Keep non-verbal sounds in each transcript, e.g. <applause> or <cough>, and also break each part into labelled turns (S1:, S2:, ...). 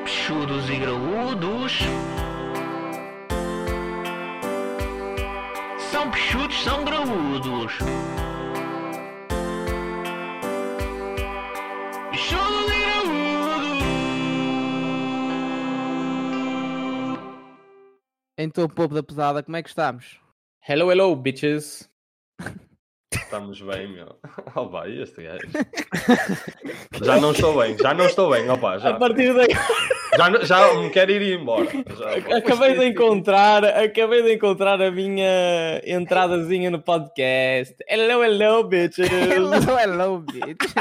S1: cabeçudos e graúdos. São peixudos, são graúdos. Peixudos e graúdos.
S2: Então, povo da pesada, como é que
S3: <laughs>
S2: estamos?
S3: Hello, hello, bitches.
S4: Estamos bem, meu. <laughs> Opa, e este gajo? já não estou bem, já não estou bem, opa,
S2: Ah,
S4: já,
S3: A partir daí,
S4: já, não- já me quero ir embora. Já,
S3: <laughs> acabei de encontrar, acabei de encontrar a minha entradazinha no podcast. Hello, hello, bitches.
S2: Hello, hello, bitches.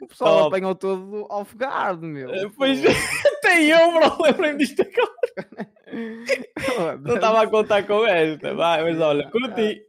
S2: O pessoal
S3: Top.
S2: apanhou todo off guard, meu.
S3: Eh, Pois, <laughs> é. um até eu, bro, lembrei-me disto agora. Não estava a contar com esta, vai, mas olha, curti.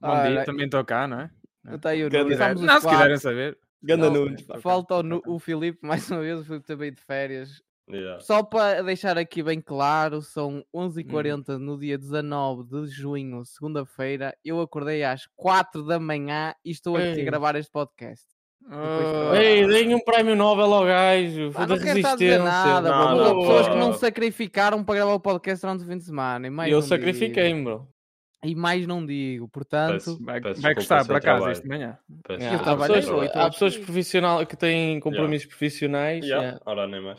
S5: Bom dia, também estou cá, não é?
S2: Está aí o
S3: Quer
S2: Nuno.
S3: dizer,
S2: Estamos os
S5: Não, se
S2: quatro.
S5: quiserem saber.
S3: Ganda
S2: Não,
S3: Nunes.
S5: ok.
S2: Falta o, Nu- o Filipe, mais uma vez, o Filipe também de férias.
S4: Yeah.
S2: Só para deixar aqui bem claro, são 11h40 no dia 19 de junho, segunda-feira. Eu acordei às 4 da manhã e estou aqui
S3: Ei.
S2: a gravar este podcast.
S5: Ah,
S2: foi-
S3: Ei, deem um prémio Nobel ao gajo.
S2: Pá,
S3: Foi da
S2: não quero estar a dizer
S3: resistência.
S2: nada,
S4: Não,
S2: bro, mas
S4: não,
S2: há pessoas que
S4: pá.
S2: não se sacrificaram para gravar o podcast durante o fim de semana. E mais
S3: E eu
S2: não
S3: sacrifiquei-me, bro.
S2: digo. E mais não digo, portanto.
S4: Peço-
S5: Vai,
S4: peço
S5: vai custar
S4: desculpa se eu
S5: para casa
S4: trabalho.
S5: este manhã.
S4: Peço
S3: Yeah.
S2: Eu
S4: desculpa se
S2: trabalho
S3: Há
S2: às
S3: pessoas,
S4: trabalho.
S2: oito.
S3: há pessoas profissional que têm compromissos profissionais.
S4: Yeah. Ora, nem mais.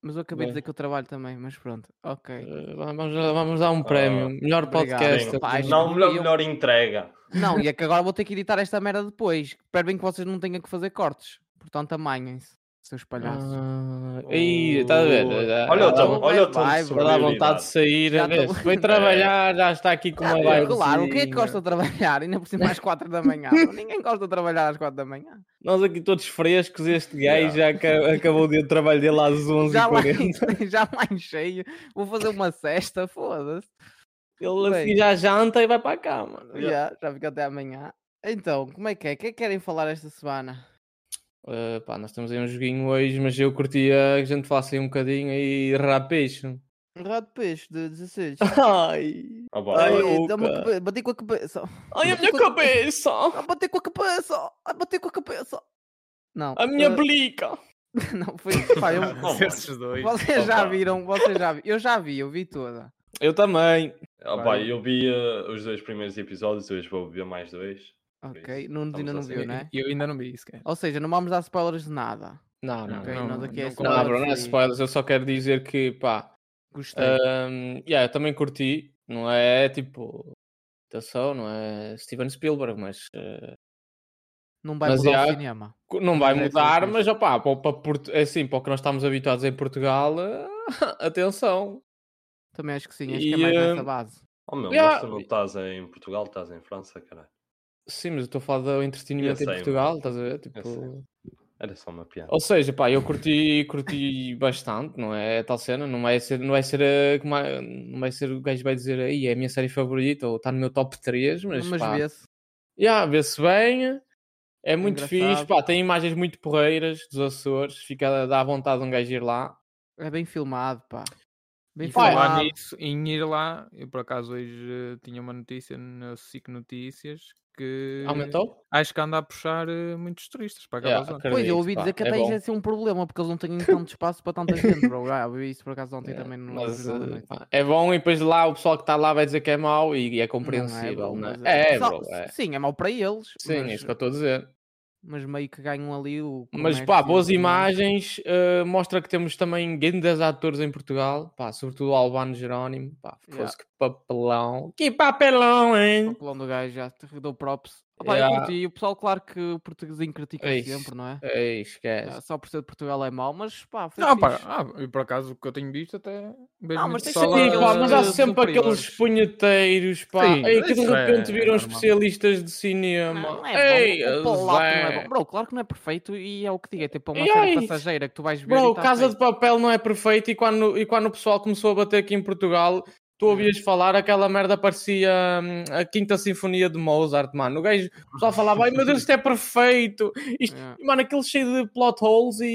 S2: Mas eu acabei de
S3: Bem.
S2: dizer que eu trabalho também, mas pronto, ok.
S3: Eh, Vamos, vamos dar um prémio. melhor
S2: Ah. obrigado.
S3: podcast.
S2: Bem, pá,
S3: eu-
S4: Não, melhor,
S2: eu-
S4: melhor entrega.
S2: Não, e é que agora vou ter que editar esta merda depois. Espero bem que vocês não tenham que fazer cortes. Portanto, amanhem-se, seus palhaços.
S3: Ah, aí, estás a ver? Já-
S4: Olha o
S3: já
S2: tá
S4: tom,
S2: bom.
S3: dá-
S4: olha o tom.
S2: Vai,
S4: de
S3: já dá
S4: superioridade.
S3: vontade de sair.
S2: Já
S3: a ver,
S2: tô-
S3: <laughs> se Foi trabalhar, já está aqui com
S2: Ah,
S3: uma vibe. assim.
S2: claro, o que é que gosta de trabalhar? Ainda por cima às 4 da manhã. Ninguém gosta de trabalhar às 4 da manhã.
S3: Nós aqui todos frescos, este gajo já aca- acabou o dia de trabalho dele às <laughs>
S2: Já mais,
S3: 11h40.
S2: <laughs> já mais cheio. Vou fazer uma cesta, foda-se.
S3: Ele
S2: Bem.
S3: assim já janta e vai para a cama.
S2: Já, já fica até amanhã. Então, como é que é? O que é que querem falar esta semana?
S3: Eh, pá, nós temos aí um joguinho hoje, mas eu curtia que a gente falasse aí um bocadinho e rapeixo.
S2: Rato de peixe de 16.
S3: <laughs> Ai,
S4: Opa,
S3: Ai,
S4: olha,
S3: Ah, eu-
S2: dá-me a
S3: Luca.
S2: cabe- Bati com a cabeça.
S3: ai, a minha cabeça,
S2: Ah, Bati com a cabeça. Ah, Bati com a cabeça. Não.
S3: a minha
S2: eh,
S3: belica.
S2: <laughs> Não, foi. pá, eu-
S3: <laughs>
S4: Não, mano.
S5: Esses dois.
S2: vocês já
S4: Opa.
S2: viram, vocês já viram. Eu já vi, eu vi toda.
S3: Eu também.
S4: opa, eu vi eh, os dois primeiros episódios, hoje vou ver mais dois.
S2: Ok?
S4: isso,
S2: Nuno ainda não
S4: estamos a
S2: viu, não é?
S5: Eu ainda não vi isso, cara.
S2: Ou seja, não vamos dar spoilers de nada.
S3: Não, não.
S2: Ok?
S3: não.
S2: Não,
S5: não,
S2: daqui a
S5: não
S2: essa
S3: Não,
S5: Claro,
S2: hora
S3: bro, não é
S2: fui-
S3: spoilers, eu só quero dizer que, pá,
S2: Gostei.
S3: hum, yeah, eu também curti, não é tipo, atenção, não é Steven Spielberg, mas eh,
S2: não vai
S3: mas
S2: mudar o
S3: já-
S2: cinema.
S3: cu- não vai
S2: Mas é que foi
S3: mudar,
S2: fixe.
S3: mas opá, para, para, Portu- é assim, para o que nós estamos habituados em Portugal, eh, <laughs> atenção.
S2: Também acho que sim, acho que é
S3: E,
S2: mais nessa
S3: hum,
S2: base.
S4: Oh meu,
S3: Yeah.
S4: mas tu não estás em Portugal, estás em França, caralho.
S3: Sim, mas eu estou a falar do entretenimento
S4: Eu sei,
S3: em Portugal,
S4: mano.
S3: estás a ver?
S4: Eu sei.
S3: Tipo...
S4: Era só uma piada.
S3: Ou seja, pá, eu curti, curti bastante, não é? Tal cena, não vai ser, não vai ser, eh, como a- não vai ser o gajo vai dizer aí, é a minha série favorita ou está no meu top 3, mas,
S2: Mas
S3: pá,
S2: vê-se.
S3: Ya, vê-se bem. É muito fixe,
S2: engraçado.
S3: pá, tem imagens muito porreiras dos Açores, fica dá vontade de um gajo ir lá.
S2: É bem filmado, pá. Bem
S5: E falar
S2: filmado.
S5: nisso, em ir lá, eu por acaso hoje eh, tinha uma notícia na SIC Notícias que
S3: Aumentou?
S5: acho que anda a puxar eh, muitos turistas para aquela
S3: Ya,
S5: zona.
S2: Pois, eu ouvi
S3: acredito, pá,
S2: dizer que
S3: é
S2: até
S3: bom.
S2: isso ia ser um problema, porque eles não têm tanto espaço para tanta gente, bro. Ah, eu vi isso por acaso ontem
S3: Ya,
S2: também no
S3: mas,
S2: Jornal da
S3: eh,
S2: Noite.
S3: pá, é bom e depois lá o pessoal que está lá vai dizer que é mau e, e é
S2: Não
S3: compreensível,
S2: bro,
S3: não é?
S2: mas eh,
S3: É,
S2: Só-
S3: bro, é.
S2: Sim, é mau para eles.
S3: Sim, é
S2: mas,
S3: isso que eu estou a dizer.
S2: mas meio que ganham ali o.
S3: Mas
S2: comércio e
S3: pá,
S2: o
S3: boas
S2: turismo.
S3: imagens, eh, mostra que temos também grandes atores em Portugal, pá, sobretudo o Albano Jerónimo, pá,
S2: Ya.
S3: fosse que papelão. Que papelão,
S2: O
S3: hein?
S2: pelão do gajo já te deu props. Opa, eu
S3: Ya.
S2: curti, e o pessoal, claro que o portuguesinho critica
S3: Ei,
S2: sempre, não é?
S3: Ei, esquece.
S2: Ah, Só por ser de Portugal é mau, mas pá, foi
S5: Não, pá,
S3: é
S2: fixe.
S5: ah, e por acaso o que eu tenho visto até. vejo
S2: Não,
S5: muito
S2: mas tem
S5: pessoal
S2: sempre
S5: a-
S3: Sim, pá, mas há
S2: aqueles
S3: sempre aqueles
S5: superiores.
S3: punheteiros, pá,
S5: Sim,
S3: ei, que de
S5: isso é
S3: repente viram
S5: normal.
S3: especialistas de cinema.
S2: Não, não é
S3: ei,
S2: bom. O polaco não é
S3: Zé.
S2: bom. Bro, claro que não é perfeito e é o que digo, é tipo uma
S3: E
S2: série
S3: aí?
S2: passageira que tu vais ver.
S3: Bro,
S2: e tá
S3: Casa
S2: feito.
S3: de Papel não é perfeito e quando, e quando o pessoal começou a bater aqui em Portugal, tu
S2: Hum.
S3: ouvias falar, aquela merda parecia hum, a Quinta Sinfonia de Mozart, mano. O gajo, o pessoal falava, ai meu Deus, isto é perfeito. Isto,
S2: Yeah.
S3: Mano, aquele cheio de plot holes e eh,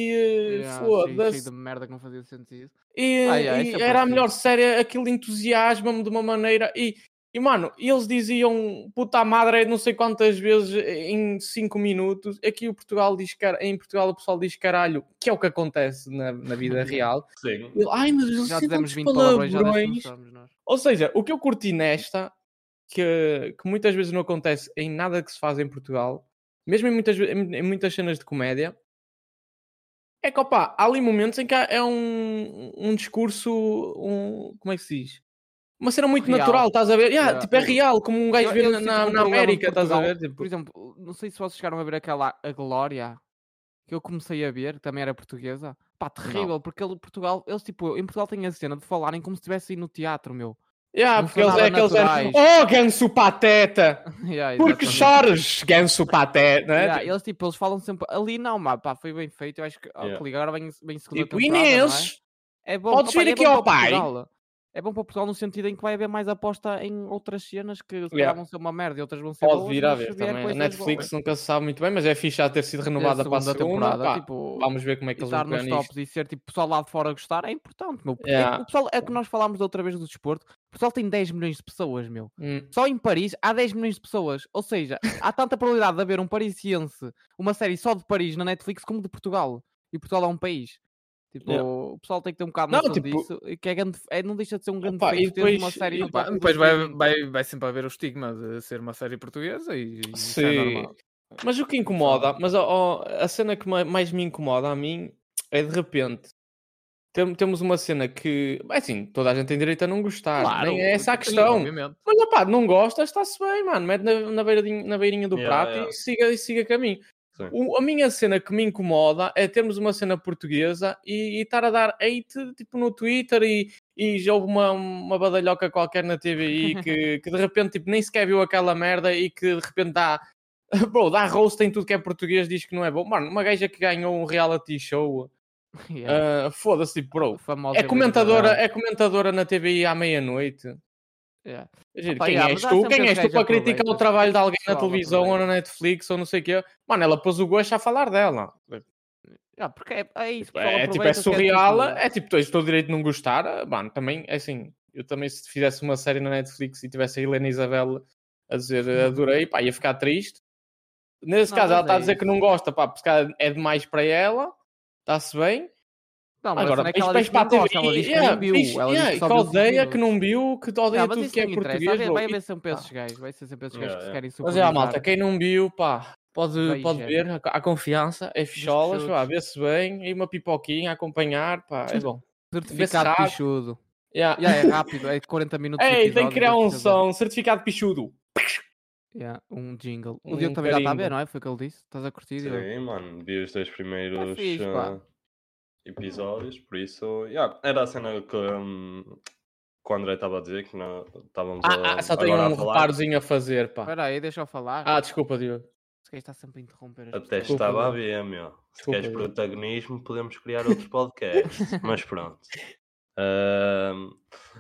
S2: Yeah, cheio- cheio
S3: foda-se.
S2: de merda que não fazia sentido.
S3: E,
S2: Ah, yeah,
S3: e
S2: isso é
S3: era a
S2: perfeito.
S3: melhor série, aquilo entusiasma-me de uma maneira. E E, mano, eles diziam puta madre não sei quantas vezes em 5 minutos. Aqui o Portugal diz, car- em Portugal o pessoal diz caralho, que é o que acontece na, na vida real.
S4: Sim.
S3: Ele, Ai, mas eles
S2: Já
S3: dizem
S2: tivemos
S3: tantos
S2: 20 palavrões, já dez
S3: palavrões."
S2: começamos nós.
S3: Ou seja, o que eu curti nesta, que, que muitas vezes não acontece em nada que se faz em Portugal, mesmo em muitas, ve- em, em muitas cenas de comédia, é que opa, há ali momentos em que há- é um, um discurso, um, como é que se diz? Uma cena muito
S2: Real.
S3: natural, estás a ver? Yeah,
S5: Yeah.
S3: Tipo, é real, como um gajo
S2: Eu-
S3: vê
S2: eu
S3: na,
S2: sinto
S3: na-
S2: que um
S3: na
S2: problema de
S3: América, estás a
S2: Portugal,
S3: ver? Tipo,
S2: Por exemplo, não sei se vocês chegaram a ver aquela A Glória que eu comecei a ver, que também era portuguesa. Pá, terrível, porque ele- Portugal, eles tipo, em Portugal têm a cena de falarem como se estivessem no teatro, meu. <laughs>
S3: yeah,
S2: não
S3: porque
S2: são
S3: eles é
S2: nada
S3: aqueles.
S2: naturais.
S3: <laughs> Oh, ganso pateta!
S2: Yeah,
S3: Porque
S2: exatamente.
S3: chores, ganso pateta! Não é?
S2: Yeah, eles tipo, eles falam sempre. Ali não, mano, pá, foi bem feito. Eu acho que, ó,
S4: Yeah.
S2: que liga, agora vem, vem segunda
S3: Tipo,
S2: temporada, não é?
S3: Inês!
S2: É bom,
S3: Podes
S2: opa,
S3: vir
S2: é
S3: aqui
S2: bom
S3: ao
S2: para
S3: pai.
S2: Portugal. É bom para Portugal no sentido em que vai haver mais aposta em outras cenas que se calhar
S3: Yeah.
S2: vão ser uma merda e outras vão ser
S3: Pode
S2: boas,
S3: vir a
S2: mas se
S3: ver
S2: vier
S3: também. A
S2: coisas
S3: Netflix
S2: boas,
S3: nunca se sabe muito bem, mas é fixe já ter sido
S2: ter
S3: renovada para a segunda temporada. pá,
S2: tipo,
S3: Vamos ver como é que
S2: e
S3: eles
S2: estar nos
S3: vão
S2: tops e ser tipo pessoal lá de fora a gostar é importante, meu. porque é que
S3: Yeah.
S2: o pessoal, é o que nós falámos da outra vez do desporto. O pessoal tem 10 milhões de pessoas, meu.
S3: Hum,
S2: Só em Paris há 10 milhões de pessoas. Ou seja, há tanta probabilidade de haver um parisiense, uma série só de Paris na Netflix, como de Portugal. E Portugal é um país. Tipo,
S4: Yeah.
S2: o pessoal tem que ter um bocado
S3: Não,
S2: noção
S3: tipo-
S2: disso. e Que é grande, é, não deixa de ser um grande
S3: Opa, e
S2: feito ter uma
S3: depois-
S2: série...
S3: e
S2: no
S5: Pá,
S2: top
S5: depois
S2: do
S5: vai,
S2: streaming.
S5: vai, vai sempre haver o estigma de ser uma série portuguesa e, e isso é
S3: Sim.
S5: normal.
S3: Mas o que incomoda, mas ó, ó, a cena que ma- mais me incomoda a mim é de repente. tem- Temos uma cena que, bem, assim, toda a gente tem direito a não gostar, nem é essa a
S5: sim,
S3: questão.
S5: obviamente.
S3: Mas opá, não gostas, está-se bem, mano. Mete na, na beiradinha- na beirinha do
S4: Yeah,
S3: prato
S4: yeah.
S3: e siga, e siga caminho.
S4: Sim.
S3: O- a minha cena que me incomoda é termos uma cena portuguesa e, e estar a dar hate tipo, no Twitter e, e já houve uma, uma badalhoca qualquer na TVI
S4: <laughs>
S3: que, que de repente tipo, nem sequer viu aquela merda e que de repente dá. <laughs> Bro, dá roast em tudo que é português, diz que não é bom. Mano, uma gaja que ganhou um reality show.
S2: <laughs> Yeah.
S3: ah, Foda-se, tipo, bro.
S2: Famosa
S3: É
S2: e
S3: comentadora,
S2: verdadeira.
S3: é comentadora na TVI à meia-noite.
S2: Yeah.
S3: Gente,
S2: Opa,
S3: quem
S2: yeah,
S3: és
S2: É. mas há
S3: tu?
S2: sempre
S3: Quem
S2: esse
S3: és
S2: gajo
S3: tu para criticar o
S2: aproveita-se.
S3: trabalho de alguém na
S2: Pessoal
S3: televisão ou na Netflix ou não sei o quê? Mano, ela pôs o gosto a falar dela.
S2: Ah, porque é, é isso. pessoal,
S3: É, tipo, é
S2: aproveita-se, é
S3: surreal.
S2: tipo-
S3: É tipo, tens todo o direito de não gostar. ah, Mano, também, é assim, eu também se fizesse uma série na Netflix e tivesse a Helena Isabel a dizer adorei, pá, ia ficar triste. Nesse
S2: Não, mas
S3: caso, ela está
S2: é
S3: a dizer que não gosta, pá, porque se calhar é demais para ela. Está-se bem.
S2: Não, mas
S3: Agora,
S2: não é que
S3: tens
S2: ela
S3: vais
S2: diz que não
S3: para a
S2: gosta, ela
S3: TVI,
S2: diz que
S3: yeah,
S2: não viu.
S3: diz-
S2: Ela diz
S3: yeah,
S2: que
S3: é, que
S2: só viu cinco
S3: odeia, que
S2: minutos.
S3: não viu, que
S2: Não,
S3: odeia
S2: mas
S3: tudo
S2: isso
S3: que é
S2: não interessa.
S3: português.
S2: Vai-
S3: bro.
S2: Vai
S3: E
S2: haver sempre esses
S3: pá.
S2: gajos. Vai ser sempre esses gajos que se
S4: Yeah,
S2: querem
S3: Mas é a
S2: superiorizar.
S3: malta, quem não viu, pá, pode,
S2: Vai
S3: pode
S2: ver.
S3: ver, há confiança, é ficholas,
S2: puxudos.
S3: pá, vê-se bem, e uma pipoquinha a acompanhar, pá, é bom.
S2: Certificado
S3: rápido.
S2: pichudo.
S3: Yeah.
S2: Já é rápido, é 40 minutos. de
S3: Ei, tem
S2: episódio,
S3: que criar um
S2: dois episódios.
S3: som, certificado pichudo.
S2: Yeah, um jingle. O
S3: Um
S2: Diogo também já está a ver,
S3: carimbo.
S2: não é? Foi o que ele disse. Estás a curtir? Diogo?
S4: Sim, mano, vi os dois primeiros
S3: Tá
S2: É fixe, pá.
S4: ah, episódios, por isso. yeah, era a cena que, hum, que o André estava a dizer, que não, estávamos
S3: Ah,
S4: a,
S3: ah, só tenho
S4: agora
S3: um
S4: a falar.
S3: reparozinho a fazer, pá.
S2: Espera aí, deixa eu falar.
S3: Ah, desculpa, Diogo.
S2: Esse gajo está sempre a interromper. as
S4: Até
S2: pessoas.
S3: Desculpa,
S4: estava a
S3: Diogo.
S4: ver, meu. Se
S3: Desculpa,
S4: queres
S3: Diogo.
S4: protagonismo, podemos criar outros
S3: <laughs>
S4: podcasts. mas pronto. Ahm,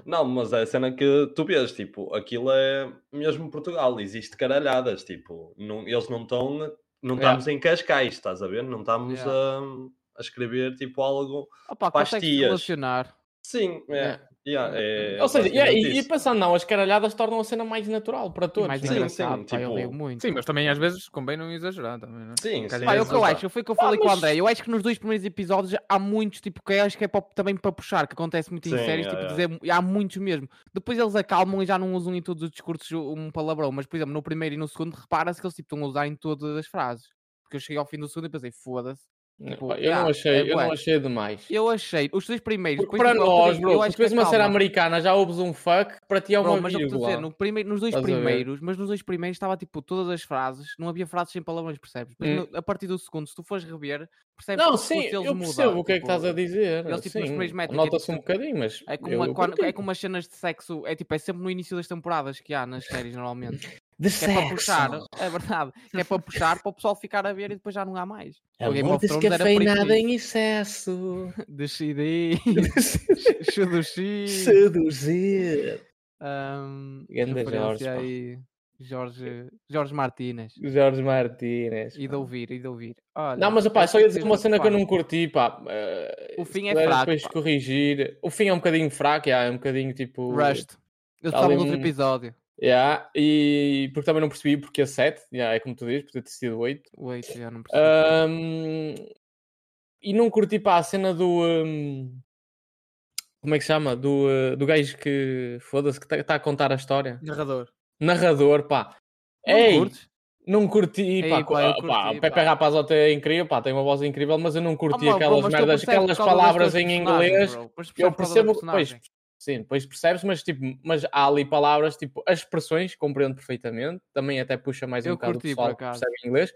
S4: não, mas é a cena que tu vês, tipo, aquilo é mesmo Portugal, existe caralhadas, tipo, não, eles não estão, não
S3: Yeah.
S4: estamos em Cascais, estás a ver? Não estamos
S2: Yeah.
S4: a, a escrever, tipo, algo...
S2: Opa,
S4: para as
S2: consegues
S4: tias.
S2: relacionar.
S4: Sim, é.
S3: Yeah.
S4: yeah, é
S3: Né? Ou seja, yeah,
S4: basicamente
S3: e, e
S4: isso.
S3: pensando, não, as caralhadas tornam a cena mais natural para
S2: E
S3: todos.
S2: mais
S3: né?
S4: Sim,
S2: engraçado,
S4: sim,
S2: pá, eu
S4: tipo-
S2: leio muito.
S5: Sim, mas também às vezes convém não exagerar também, não é?
S4: Sim,
S5: Calhar
S4: sim,
S2: Pá,
S5: é
S2: é o
S4: sim,
S2: que eu
S4: pá.
S2: acho, foi o que eu falei com o
S3: mas-
S2: André. Eu acho que nos dois primeiros episódios há muitos, tipo, que eu acho que é pa- também para puxar, que acontece muito em
S4: Sim,
S2: séries,
S4: é,
S2: tipo,
S4: é.
S2: dizer, mu- há muitos mesmo. Depois eles acalmam e já não usam em todos os discursos um palavrão, mas, por exemplo, no primeiro e no segundo, repara-se que eles tipo, estão a usar em todas as frases. Porque eu cheguei ao fim do segundo e pensei, foda-se. tipo,
S3: Pá, Eu
S2: yeah,
S3: não
S2: é
S3: achei, eu
S2: bué.
S3: não achei demais.
S2: Eu achei, os dois primeiros,
S3: Porque
S2: depois,
S3: para
S2: tipo, ao
S3: nós,
S2: fim,
S3: bro,
S2: eu acho
S3: tu vês
S2: que
S3: uma cena
S2: acalma.
S3: americana, já ouves um fuck, para ti é
S2: Bro,
S3: uma
S2: mas eu estou a
S3: vírgula.
S2: dizer, no primeiro, nos dois
S3: Estás a ver?
S2: primeiros, mas nos dois primeiros estava tipo todas as frases, não havia frases sem palavrões, percebes? Mas
S3: Hum.
S2: no- a partir do segundo, se tu fores rever, percebes
S3: Não,
S2: que o discurso
S3: sim,
S2: deles
S3: eu
S2: muda,
S3: percebo o que é que
S2: tipo,
S3: estás a dizer.
S2: eles, tipo, nos
S3: sim,
S2: primeiros metros, é
S3: Nota-se
S2: tipo-
S3: um bocadinho, mas.
S2: É como,
S3: eu
S2: uma- quando- é
S3: curti.
S2: como as cenas de sexo, é tipo, é sempre no início das temporadas que há nas séries normalmente.
S3: De
S2: Que é para puxar, é verdade, que é para puxar para o pessoal ficar a ver e depois já não há mais. <laughs>
S3: É
S2: O Game of Thrones era por isso mesmo.
S3: excesso.
S2: <laughs> Decidi, Xuduxi.
S3: Seduzir.
S2: Um,
S3: Ganda Jorge, pá.
S2: aí, Jorge, Jorge Martínez.
S3: Jorge Martínez.
S2: E de ouvir, e de ouvir. Olha,
S3: Não, mas
S2: é
S3: opá, só ia dizer
S2: preciso
S3: uma cena que eu
S2: falar.
S3: não curti, pá. eh,
S2: O
S3: se
S2: fim é
S3: puder
S2: fraco,
S3: Depois
S2: pá.
S3: corrigir. O fim é um bocadinho fraco, já, é um bocadinho tipo.
S2: Rust. Eu
S3: Tá ali
S2: estava no outro
S3: um-
S2: episódio.
S3: Yeah, e porque também não percebi porque é 7, yeah, é como tu dizes, podia ter sido 8.
S2: Wait, já não percebi.
S3: Ah, Ahm, e não curti pá, a cena do. hum, como é que se chama? Do, eh, do gajo que. Foda-se, que está a contar a história.
S5: Narrador.
S3: Narrador, pá.
S2: Não
S3: Ei,
S2: curtes?
S3: não curti.
S2: Ei,
S3: Pá,
S2: pá, eu
S3: ah, pá,
S2: curti,
S3: o Pepe
S2: pá.
S3: Rapaz até é incrível, pá, tem uma voz incrível, mas eu não curti
S2: Ah, bro,
S3: aquelas
S2: mas tu
S3: merdas,
S2: percebes é
S3: aquelas
S2: por causa das
S3: palavras
S2: tuas
S3: em
S2: personagens,
S3: inglês.
S2: bro. Mas
S3: eu
S2: percebes por causa da
S3: percebo, pois,
S2: personagem.
S3: Sim, depois percebes, mas tipo, mas há ali palavras, tipo, as expressões, compreendo perfeitamente, também até puxa mais um
S2: Eu
S3: bocado
S2: curti,
S3: o pessoal
S2: por
S3: que
S2: acaso.
S3: percebe inglês.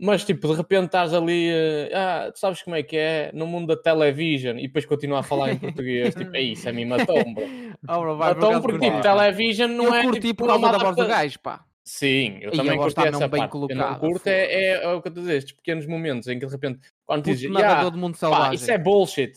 S3: Mas tipo, de repente estás ali, eh, ah, tu sabes como é que é, no mundo da television, e depois continua a
S2: <laughs>
S3: falar em português, tipo, é isso, a mim matou-me, bro.
S2: Ah, bro, <laughs> vai, por
S3: Matou-me
S2: acaso
S3: porque
S2: curti,
S3: tipo,
S2: pá.
S3: television não
S2: eu
S3: é
S2: curti
S3: tipo,
S2: por causa
S3: uma Tipo,
S2: da voz do
S3: adapta-
S2: gajo, pá.
S3: Sim,
S2: Ei,
S3: eu
S2: a
S3: também
S2: voz
S3: curti
S2: está
S3: essa
S2: mesmo bem
S3: parte. Eu não
S2: colocada,
S3: curto é, é, é o que eu estou a dizer, estes pequenos momentos em que de repente, quando
S2: Puto
S3: dizes,
S2: narrador
S3: "Ya,
S2: do mundo
S3: pá,
S2: selvagem.
S3: isso é bullshit.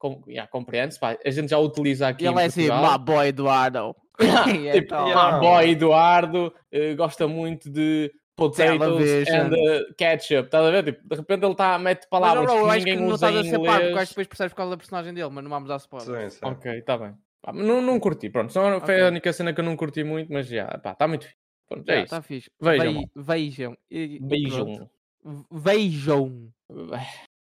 S3: Com, ya, compreende-se, pá, a gente já utiliza aqui
S2: E ele
S3: em
S2: é assim,
S3: Portugal.
S2: my boy Eduardo. E é
S3: <laughs> Tipo,
S2: tal.
S4: yeah.
S3: Ah, boy Eduardo eh, gosta muito de potatoes
S2: Television.
S3: and eh, ketchup. Estás a ver? Tipo, de repente ele tá, mete
S2: Mas, oh,
S3: palavras
S2: bro, eu
S3: que
S2: acho que
S3: ninguém
S2: não
S3: usa
S2: estás a
S3: em
S2: ser pago, porque acho que
S3: inglês.
S2: depois percebes por causa da personagem dele, mas não vamos dar spoiler.
S4: Sim, sim.
S3: Ok, está bem. Pá, mas não, não curti, pronto. Só foi
S2: Ok.
S3: a única cena que eu não curti muito, mas já, pá, está muito fixe. Pronto, é isso.
S2: Está tá fixe.
S3: Vejam,
S2: Vei-
S3: malta.
S2: Vejam. E- e pronto.
S3: Beijão.
S2: V- Vejam.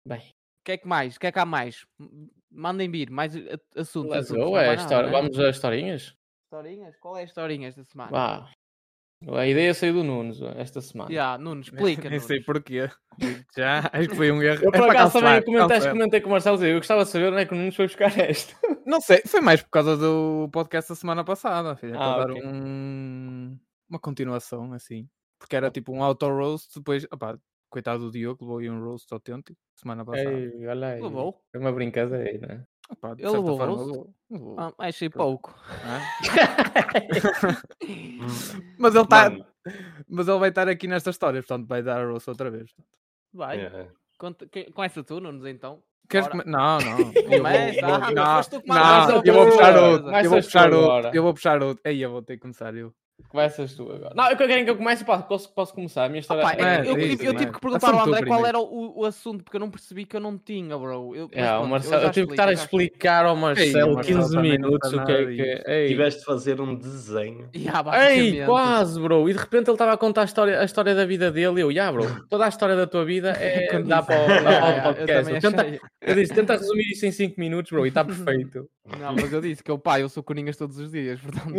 S3: Bem,
S2: O que é que mais? O que é que há mais? M- Mandem vir, mais a- a- assuntos.
S3: let's
S2: assuntos.
S3: go.
S2: Não vai
S3: É, a
S2: nada,
S3: história-
S2: né?
S3: Vamos às historinhas?
S2: Historinhas? Qual é a historinha esta semana?
S3: Vá. A ideia saiu do Nunes esta semana.
S2: Yeah,
S3: <laughs>
S2: Nuno, explica.
S5: <laughs> Nem sei
S2: Nunes.
S5: porquê. Digo-te Já, <laughs> acho que foi um erro.
S3: Eu
S5: É
S3: por
S5: para
S3: acaso também
S5: calçar,
S3: comentei, acho que
S5: calçar.
S3: comentei com o Marcelo eu gostava de saber onde é que o Nunes foi buscar esta.
S5: Não sei, foi mais por causa do podcast da semana passada, filho,
S3: Ah,
S5: para
S3: ok.
S5: dar um- uma continuação, assim. Porque
S2: Ah.
S5: era tipo um auto-roast, depois, opá, coitado do Diogo, levou aí um roast autêntico,
S2: É,
S5: semana passada.
S3: Ei, olha aí.
S2: Levou.
S3: É uma brincadeira.
S5: Opá, de
S2: ele
S5: certa
S2: levou um
S5: forma,
S2: roast?
S5: levou- levou,
S2: Ah, achei pouco.
S5: não é? Mas ele tá,
S4: Mano,
S5: mas ele vai estar aqui nesta história, portanto vai dar roast outra vez.
S2: Vai.
S4: é.
S2: Conta- que- Começa tu, Nunes, então.
S5: Queres
S2: Ora.
S5: come- Não,
S2: <laughs>
S5: não. Eu vou,
S2: Começa,
S5: vou-
S2: ah,
S5: não,
S2: mas tu que mandas
S5: não,
S2: a
S5: eu vou
S2: coisa.
S5: puxar outro,
S3: Começas
S5: eu vou
S3: tu
S5: puxar outro,
S3: agora.
S5: eu vou puxar outro. Aí eu vou ter que começar eu.
S3: Começas tu agora. Não, eu quero que eu comece, pá, posso, posso começar? A minha história
S2: Opa,
S5: é,
S2: eu- eu,
S5: diz,
S2: tive, eu
S5: diz.
S2: tive que perguntar ao
S5: Assunto
S2: André qual
S5: primeiro.
S2: era o, o assunto, porque eu não percebi que eu não tinha, bro. Eu, mas
S3: É, o
S2: pronto,
S3: Marcelo,
S2: já
S3: eu, tive que estar a
S2: explico, já explico.
S3: explicar ao Marcelo
S5: Marcelo
S3: 15
S5: também não
S3: minutos
S5: está
S3: o que é
S5: nada
S3: que.
S5: disto.
S3: Ei,
S4: Tiveste de fazer um desenho.
S2: Yeah,
S3: Ei,
S2: basicamente.
S3: quase, bro. E de repente ele estava a contar a história, a história da vida dele. E eu, yeah, bro, toda a história da tua vida é.
S2: Quando
S3: dá
S2: disse-
S3: para o, dá
S2: Yeah,
S3: para o
S2: yeah, <laughs> eu
S3: podcast.
S2: também
S3: Eu, tenta,
S2: achei.
S3: eu disse, tenta resumir isso em 5 minutos, bro, e está perfeito.
S2: Não, mas eu disse que eu, pá, eu sou Coringas todos os dias, portanto.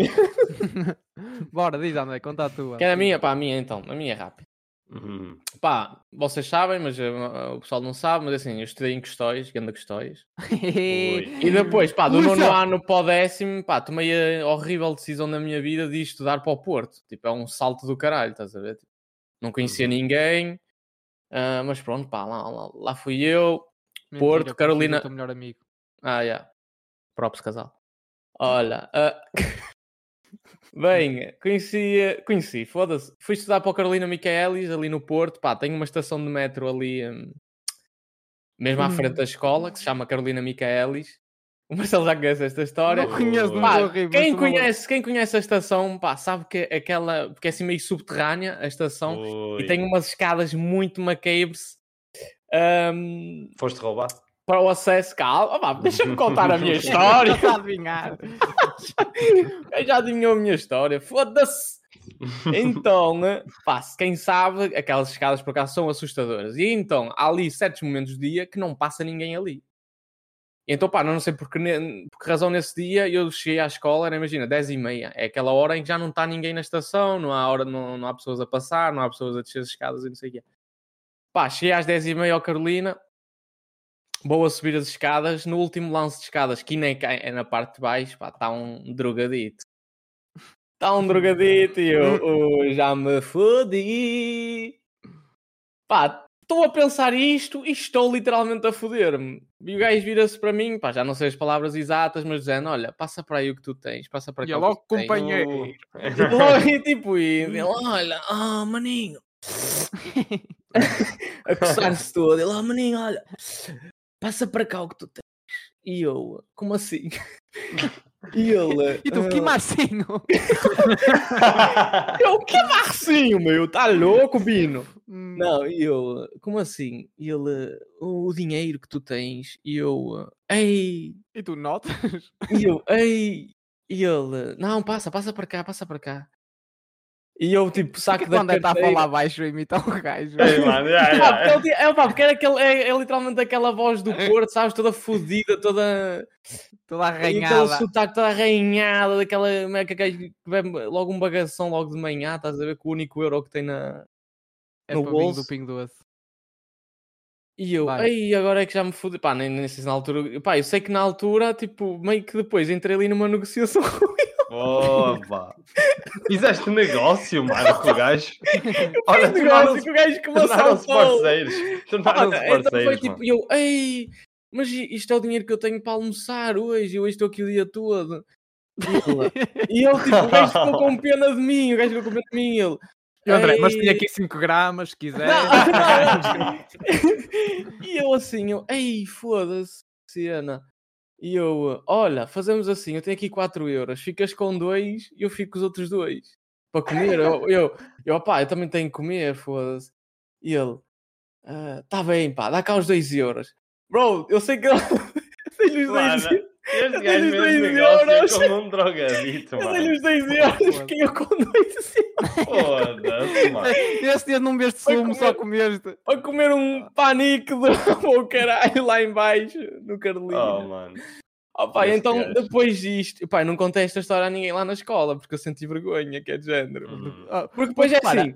S2: Bora, diz, André, conta a tua.
S3: Quer
S2: <laughs>
S3: a minha? Pá, a minha então. A minha é rápida.
S4: Uhum.
S3: Pá, vocês sabem, mas uh, o pessoal não sabe, mas assim, eu estudei em Custóis, Ganda Custóis. E
S2: Hum.
S3: depois, pá, do
S2: Luísa!
S3: nono ano para o décimo, pá, tomei a horrível decisão na minha vida de ir estudar para o Porto. Tipo, é um salto do caralho, estás a ver? Tipo, não conhecia ninguém, ah, mas pronto, pá, lá, lá, lá fui eu.
S2: Mentira,
S3: Porto,
S2: conheci o
S3: Carolina-
S2: teu melhor amigo.
S3: Ah, já. Próprio casal. Olha. ah, <laughs> Bem, conheci, conheci, foda-se. Fui estudar para o Carolina Micaelis, ali no Porto. Pá, tem uma estação de metro ali, hum, mesmo à frente da escola, que se chama Carolina Micaelis. O Marcelo já conhece esta história.
S4: Não conheço,
S3: Pá,
S2: mas horrível,
S3: quem,
S2: mas também-
S3: conhece, quem conhece a estação, pá, sabe que é aquela. Porque é assim meio subterrânea a estação
S4: Ui.
S3: Então, e tem umas escadas muito macabres. hum,
S4: Foste
S3: <laughs>
S4: roubado?
S3: para o acesso, calma, pá, deixa-me contar a <laughs> minha história.
S2: Estás a adivinhar.
S3: Eu já adivinhou a minha história, foda-se! Então, eh, pá, se quem sabe, aquelas escadas por acaso são assustadoras. E então, há ali certos momentos do dia que não passa ninguém ali. Então, pá, não sei por que, ne- por que razão nesse dia eu cheguei à escola, era, imagina, 10 e meia. É aquela hora em que já não está ninguém na estação, não há, hora, não, não há pessoas a passar, não há pessoas a descer as escadas e não sei o quê. Pá, cheguei às 10 e meia ao Carolina, vou a subir as escadas. No último lance de escadas, que nem cai- é na parte de baixo, pá, está um drogadito. Está um drogadito e eu,
S5: <laughs>
S3: "Oh, já me fodi. Pá, estou a pensar isto e estou literalmente a foder-me. E o gajo vira-se para mim, pá, já não sei as palavras exatas, mas dizendo: olha, passa para aí o que tu tens, passa para
S5: E
S3: cá.
S5: é
S3: o que
S5: logo
S3: tu tens."
S5: companheiro.
S4: Ui.
S3: E logo, e tipo, e ele, olha, ah, maninho. a coçar-se todo. Ele, ah, maninho, olha, passa para cá o que tu tens. E eu, como assim? E ele,
S2: E tu, que marcinho?
S3: "Ah." eu, que marcinho, meu, tá louco, Bino?
S2: Hum,
S3: Não, e eu, como assim? E ele, o o dinheiro que tu tens. E eu, ei,
S2: E tu, notas?
S3: e eu, ei, E ele, não, passa, passa para cá, passa para cá. E eu, tipo, saco
S2: Porque <laughs>
S3: da
S2: quando é que está a
S3: carteira. É.
S2: falar baixo, eu imito o gajo.
S4: Ei, mano, já,
S3: Pá, porque
S4: já.
S3: ele, é, pá, porque era aquele, é, é literalmente aquela voz do Porto, sabes? Toda fodida, toda.
S2: Toda
S3: e Aquele
S2: arranhada.
S3: sotaque tá toda arranhada, daquela. Como é que gajo que bebe logo um bagação logo de manhã, estás a ver? Com o único euro que tem na.
S2: É
S3: no
S2: para vinho do
S3: bolso.
S2: Pingo Doce.
S3: E eu,
S2: Vai.
S3: aí agora é que já me fudi. Pá, nem, nem sei se na altura. Pá, eu sei que na altura, tipo, meio que depois entrei ali numa negociação. <laughs>
S4: Opa! Fizeste negócio, mano, com o
S3: <laughs>
S4: gajo. Olha,
S3: Olha,
S4: um
S3: um negócio
S4: tornaram-se
S3: com o gajo que me
S4: tornaram-se
S3: assaltou.
S4: parceiros.
S3: Olha,
S4: Tornaram-se
S3: então foi
S4: parceiros.
S3: tipo,
S4: mano.
S3: eu, ei, mas i- isto é o dinheiro que eu tenho para almoçar hoje, eu hoje estou aqui o dia todo. E ele, e ele, tipo, o gajo ficou com pena de mim, o gajo ficou com pena de mim, ele.
S5: E o André, mas
S3: "Ei."
S5: tenho aqui 5 gramas, se quiser.
S3: Não, não. e eu assim, eu, ei, foda-se, cena. E eu, olha, fazemos assim, eu tenho aqui 4 euros, ficas com dois e eu fico com os outros dois. Para comer, eu, eu, eu, opá, eu também tenho que comer, foda-se. E ele, "Ah, tá bem, pá, dá cá os 2 euros. Bro, eu sei que <laughs> eu dei-lhe os 2
S4: Mano,
S3: euros.
S4: Este
S3: Eu
S4: gajo
S3: dei-lhe
S4: fez
S3: dois euros.
S4: negócio como um drogadito,
S3: Eu dei-lhe
S4: mano.
S3: os 2 euros, fiquei eu com 2 euros. <laughs>
S4: Foda-se, mano.
S2: Esse dia não beste
S3: Foi
S2: sumo, só comeste.
S3: Para comer um <laughs> panique do meu caralho lá em baixo, no Carolina.
S4: Oh, mano.
S3: Oh, pá,
S4: Esse
S3: então
S4: gajo.
S3: depois disto, pá, eu não contei esta história a ninguém lá na escola porque eu senti vergonha, que é de género.
S4: Hum.
S3: Ah, Porque depois é
S2: Repara.
S3: assim,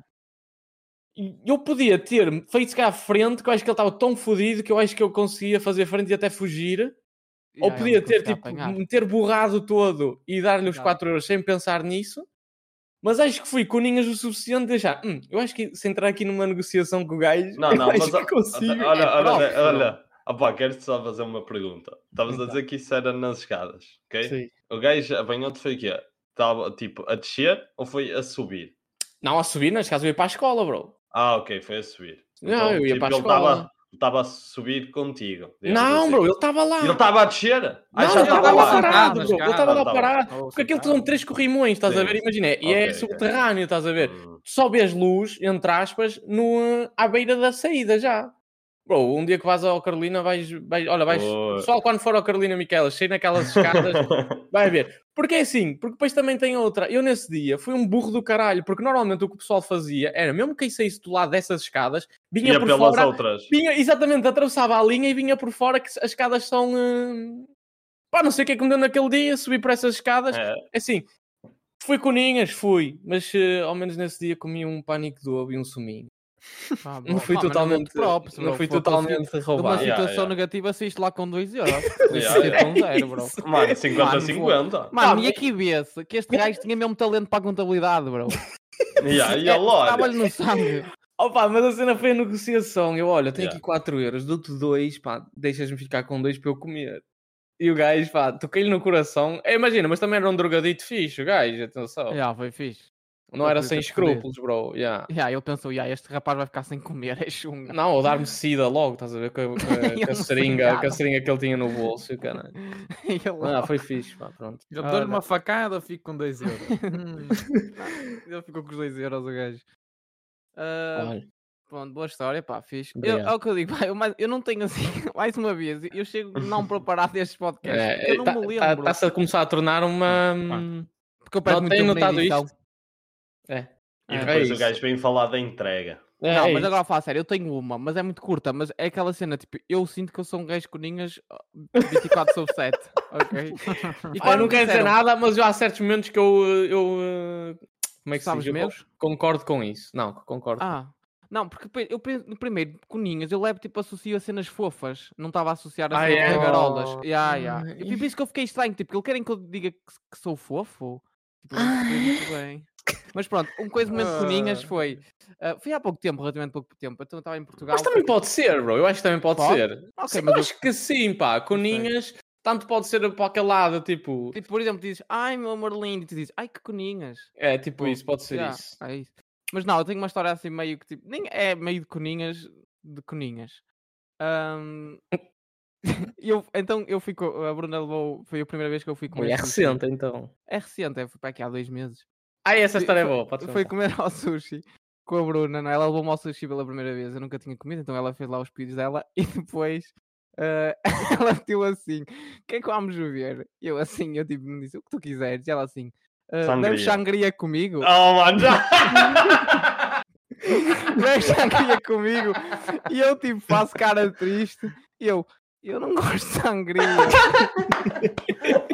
S3: eu podia ter feito se cá à frente, que eu acho que ele estava tão fodido que eu acho que eu conseguia fazer frente e até fugir, ou
S2: Ya, eu
S3: podia
S2: não
S3: ter
S2: consegui
S3: tipo,
S2: apanhar.
S3: me ter borrado todo e dar-lhe os
S2: Ya.
S3: 4 euros sem pensar nisso. Mas acho que fui coninhas o suficiente de deixar. Hum, eu acho que se entrar aqui numa negociação com o gajo, <laughs>
S4: Não,
S3: eu
S4: não,
S3: acho
S4: mas
S3: que
S4: a-
S2: é
S3: consigo.
S4: Olha, olha, olha.
S2: próprio.
S4: olha. Opa, quero-te só fazer uma pergunta. Estavas a dizer que isso era nas escadas, ok?
S3: Então. Sim.
S4: O gajo apanhou-te foi o quê? Estava, tipo, a descer ou foi a subir?
S3: Não, a subir, nas casas eu ia para a escola, bro.
S4: Ah, ok, foi a subir. Então, tipo,
S3: Não, eu ia para a
S4: ele tava-
S3: escola.
S4: ele Estava a subir contigo. digamos
S3: Não,
S4: assim.
S3: bro, ele estava lá.
S4: Ele estava a descer? Ah,
S3: Não,
S4: já
S3: ele estava
S4: tava
S3: lá
S4: <laughs>
S5: lá.
S3: parado, bro.
S5: Ah,
S3: Ele estava lá
S4: tá bom.
S3: parado.
S5: Ou
S3: Porque aquilo
S5: sentar.
S3: são três corrimões, estás a
S4: Sim.
S3: ver? Imagina, e
S4: Ok,
S3: é
S4: ok.
S3: subterrâneo, estás a ver?
S4: Hum,
S3: Só vês luz, entre aspas, no, à beira da saída já. Bro, um dia que vais ao Carolina, vais. vais olha, vais.
S4: Boa.
S3: Pessoal, quando for ao Carolina Miquelas, cheio naquelas
S4: <laughs>
S3: escadas, vai ver. Porque é assim, porque depois também tem outra. Eu nesse dia fui um burro do caralho, porque normalmente o que o pessoal fazia era, mesmo quem saísse do lado dessas escadas, vinha
S4: Ia
S3: por
S4: pelas
S3: fora
S4: outras.
S3: Vinha, exatamente, atravessava a linha e vinha por fora, que as escadas são. hum, Pá, não sei o que é que me deu naquele dia, subi por essas escadas.
S4: É,
S3: Assim, fui com ninhas, fui, mas eh, ao menos nesse dia comi um pânico de ovo e um suminho.
S2: Ah, bom.
S3: Não fui
S2: Pá, mas não dou-te
S3: totalmente.
S2: props,
S3: não
S2: bro. Foi
S3: fui
S2: conseguir-
S3: totalmente
S2: De uma
S3: roubado.
S4: Yeah,
S2: situação
S4: yeah.
S2: negativa, saíste lá com 2
S3: <laughs>
S2: euros.
S4: Yeah,
S2: Saíste com zero, bro.
S3: Isso.
S4: Mano,
S2: Mano,
S4: 50-50.
S2: Mano, e
S3: mas-
S2: aqui vê-se que este gajo tinha mesmo talento para a contabilidade, bro.
S4: Yeah, e
S2: É,
S4: a loja.
S2: Estava-lhe no <laughs>
S4: <laughs>
S2: sangue.
S3: <laughs> Opa, mas a cena foi a negociação. Eu, olha, tenho
S4: Yeah.
S3: aqui 4 euros, dou-te 2, pá, deixas-me ficar com 2 para eu comer. E o gajo, pá, toquei-lhe no coração. Eh, imagina, mas também era um drogadito fixe, o gajo, atenção.
S2: Já, foi fixe.
S3: Não era
S2: Foi
S3: sem
S2: para foder.
S3: escrúpulos, bro. Yeah.
S2: Já, ele pensou, já, este rapaz vai ficar sem comer, <laughs> é chunga.
S3: Não, ou dar-me sida logo, estás a ver?
S2: <laughs>
S3: Com a, com a-
S2: Eu
S3: com a
S2: não sei
S3: seringa, com
S2: nada.
S3: a seringa que ele tinha no bolso, e o caralho.
S2: E ele-
S3: Ah, foi fixe, pá, pronto.
S5: Eu dou-lhe
S2: Olha.
S5: uma facada, fico com 2 euros. <laughs> Hum.
S2: Ele ficou com os 2 euros, o gajo. Ah,
S3: Olha,
S2: Pronto, boa história, pá, fixe. Eu,
S3: Obrigado.
S2: é o que eu digo, <laughs> pá, eu, mais, eu não tenho assim, <laughs> mais uma vez, eu chego não preparado destes podcasts, é
S3: É,
S2: porque eu não me
S3: Está-se
S2: lembro.
S3: tá,
S2: Ah,
S3: a começar a tornar uma. hum,
S2: porque eu perco
S3: não
S2: muito
S3: tem
S2: tempo na
S3: notado
S2: edição.
S3: isto? É.
S4: E
S3: É,
S4: depois
S3: é
S4: o gajo vem falar da entrega.
S3: é
S2: não, mas
S3: isso.
S2: agora fala sério, eu tenho uma, mas é muito curta, mas é aquela cena, tipo, eu sinto que eu sou um gajo com ninhas ah, 24 sobre 7,
S3: <laughs>
S2: ok? E
S3: Ah, eu não
S2: me
S3: quero dizer
S2: disseram,
S3: nada, mas eu, há certos momentos que eu. eh, eu eh, como é que se
S2: Sabes
S3: diz? Eu
S2: meus?
S3: con- concordo com isso. Não, concordo.
S2: Ah, não, porque pe- eu penso, no primeiro, com ninhas, eu levo tipo associo a cenas fofas, não estava a associar a
S3: Ah,
S2: cenas
S3: é?
S2: cagarolas.
S3: Oh.
S2: Ya, ya. E
S3: Ai.
S2: por isso que eu fiquei estranho, tipo, que eles querem que eu diga que, que sou fofo. Tipo, eu não percebi muito bem. Mas pronto, um coisa momento com ninhas
S5: Ah.
S2: foi. ah, foi há pouco tempo, relativamente pouco tempo. Então eu estava em Portugal.
S3: mas também pode ser, bro. Eu acho que também pode,
S2: Pode?
S3: ser.
S2: Ok,
S3: eu
S2: mas eu-
S3: acho que sim, pá. Coninhas, tanto pode ser para aquele lado, tipo.
S2: Tipo, por exemplo, dizes, ai meu amor lindo, e tu dizes, ai que coninhas.
S3: É, tipo
S2: Bom,
S3: isso, pode ser
S2: Ya,
S3: isso.
S2: é isso. Mas não, eu tenho uma história assim meio que tipo, nem é meio de coninhas, de coninhas. Ahm, <laughs> eu, então eu fui com, a Bruna levou, foi a primeira vez que eu fui comer.
S3: É
S2: sushi.
S3: recente, então.
S2: É recente, é, foi para aqui há dois meses.
S3: Ah, essa
S2: Foi-
S3: história é
S2: foi-
S3: boa, pode
S2: Foi
S3: contar.
S2: comer <laughs> ao sushi com a <laughs> Bruna, não é? Ela levou-me ao sushi pela primeira vez, eu nunca tinha comido, então ela fez lá os pedidos dela e depois eh, <laughs> ela meteu assim: o que é que vamos beber? Eu assim, eu tipo, me disse o que tu quiseres. E ela assim: eh, bebes
S4: Sangria.
S2: sangria comigo?
S4: Oh, mano, <laughs> já.
S3: <laughs>
S2: Bebes sangria comigo? E eu tipo, faço cara triste. E eu, eu não gosto de
S4: <laughs>
S2: sangria.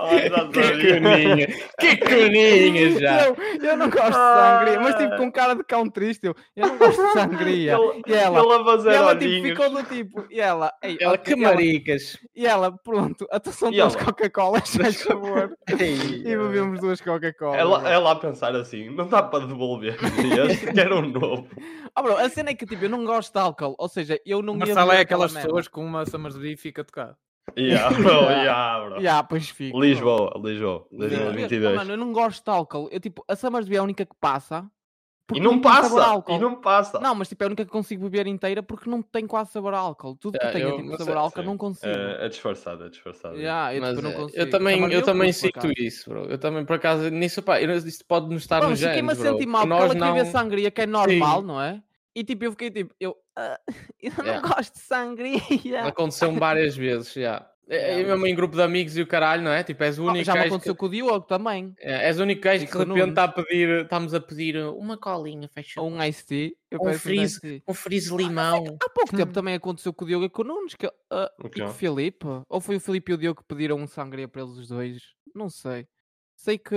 S4: Oh, já sabia.
S3: Cuninha, que cuninha já.
S2: Eu, eu não gosto de sangria, mas
S4: Ah.
S2: tipo com cara de cão triste, eu, eu não gosto
S4: <laughs>
S2: de sangria.
S4: Ele-
S2: E ela?
S4: ele a
S2: E
S4: fazer
S2: ela tipo,
S4: olhinhos.
S2: ficou do tipo, e ela, ei,
S3: Ela,
S2: ok,
S3: que maricas.
S2: e ela, pronto, atenção
S4: E
S2: duas
S4: ela?
S2: Coca-Colas,
S4: <laughs>
S2: faz favor.
S3: Ei,
S2: <laughs>
S3: um
S2: E bebemos duas Coca-Colas.
S4: Ela,
S2: bro.
S4: ela a pensar assim, não dá para devolver <laughs> este, quero um novo.
S2: Ah, bro, a cena é que tipo, eu não gosto de álcool, ou seja, eu não ia
S5: Marcelo
S2: beber
S5: é aquelas
S2: merda.
S5: pessoas com uma Summersby e fica tocado.
S2: <laughs>
S4: Yeah, bro, yeah, bro.
S2: E ah, pois fico. bro.
S4: Lisboa, Lisboa,
S2: Mas, oh,
S4: 2022.
S2: mano, eu não gosto de álcool. Eu, tipo, a Summersby é a única que passa.
S4: E
S2: porque
S4: não
S2: tem sabor a
S4: passa,
S2: álcool.
S4: e não passa.
S2: Não, mas tipo, é a única que consigo beber inteira porque não tem quase sabor a álcool. Tudo que
S3: Ah,
S2: tenha
S3: eu-
S2: tipo
S3: mas
S2: sabor
S3: é-
S2: a álcool
S4: sim.
S2: não consigo.
S4: É, é disfarçado, é disfarçado.
S2: Já, eu, tipo,
S3: Mas,
S2: não
S3: eh,
S2: consigo.
S3: eu também,
S2: Summersby
S3: eu também
S2: curto, por
S3: sinto
S2: acaso.
S3: isso, bro. Eu também, por acaso, nisso, pá, eu- isto pode nos estar
S2: Mano,
S3: nos
S2: fiquei-me a
S3: genes, bro.
S2: sentir mal porque
S3: Nós
S2: ela queria ver
S3: não-
S2: sangria, que é normal, não é? E tipo, eu fiquei tipo, eu, ah, <laughs> eu não
S3: Yeah.
S2: gosto de sangria.
S3: Aconteceu várias vezes, já. É,
S2: Yeah,
S3: é mesmo em grupo de amigos e o caralho, não é? Tipo, és o
S2: Oh,
S3: único
S2: <laughs> já me
S3: gajo
S2: aconteceu
S3: que...
S2: com o Diogo também.
S3: É, és o único gajo
S2: E
S3: que
S2: com
S3: de
S2: o
S3: repente
S2: Nunes.
S3: está a pedir, estamos a pedir uma colinha, fecha
S2: Ou um é iced tea. Eu
S3: Ou um
S2: peço
S3: freeze.
S2: iced tea.
S3: um frizz de limão.
S2: Há pouco
S3: Hum.
S2: tempo também aconteceu com o Diogo e com o Nunes, que, ah,
S4: O
S2: e
S4: quê?
S2: com o Filipe. Ou foi o Filipe e o Diogo que pediram um sangria para eles os dois? Não sei. Sei que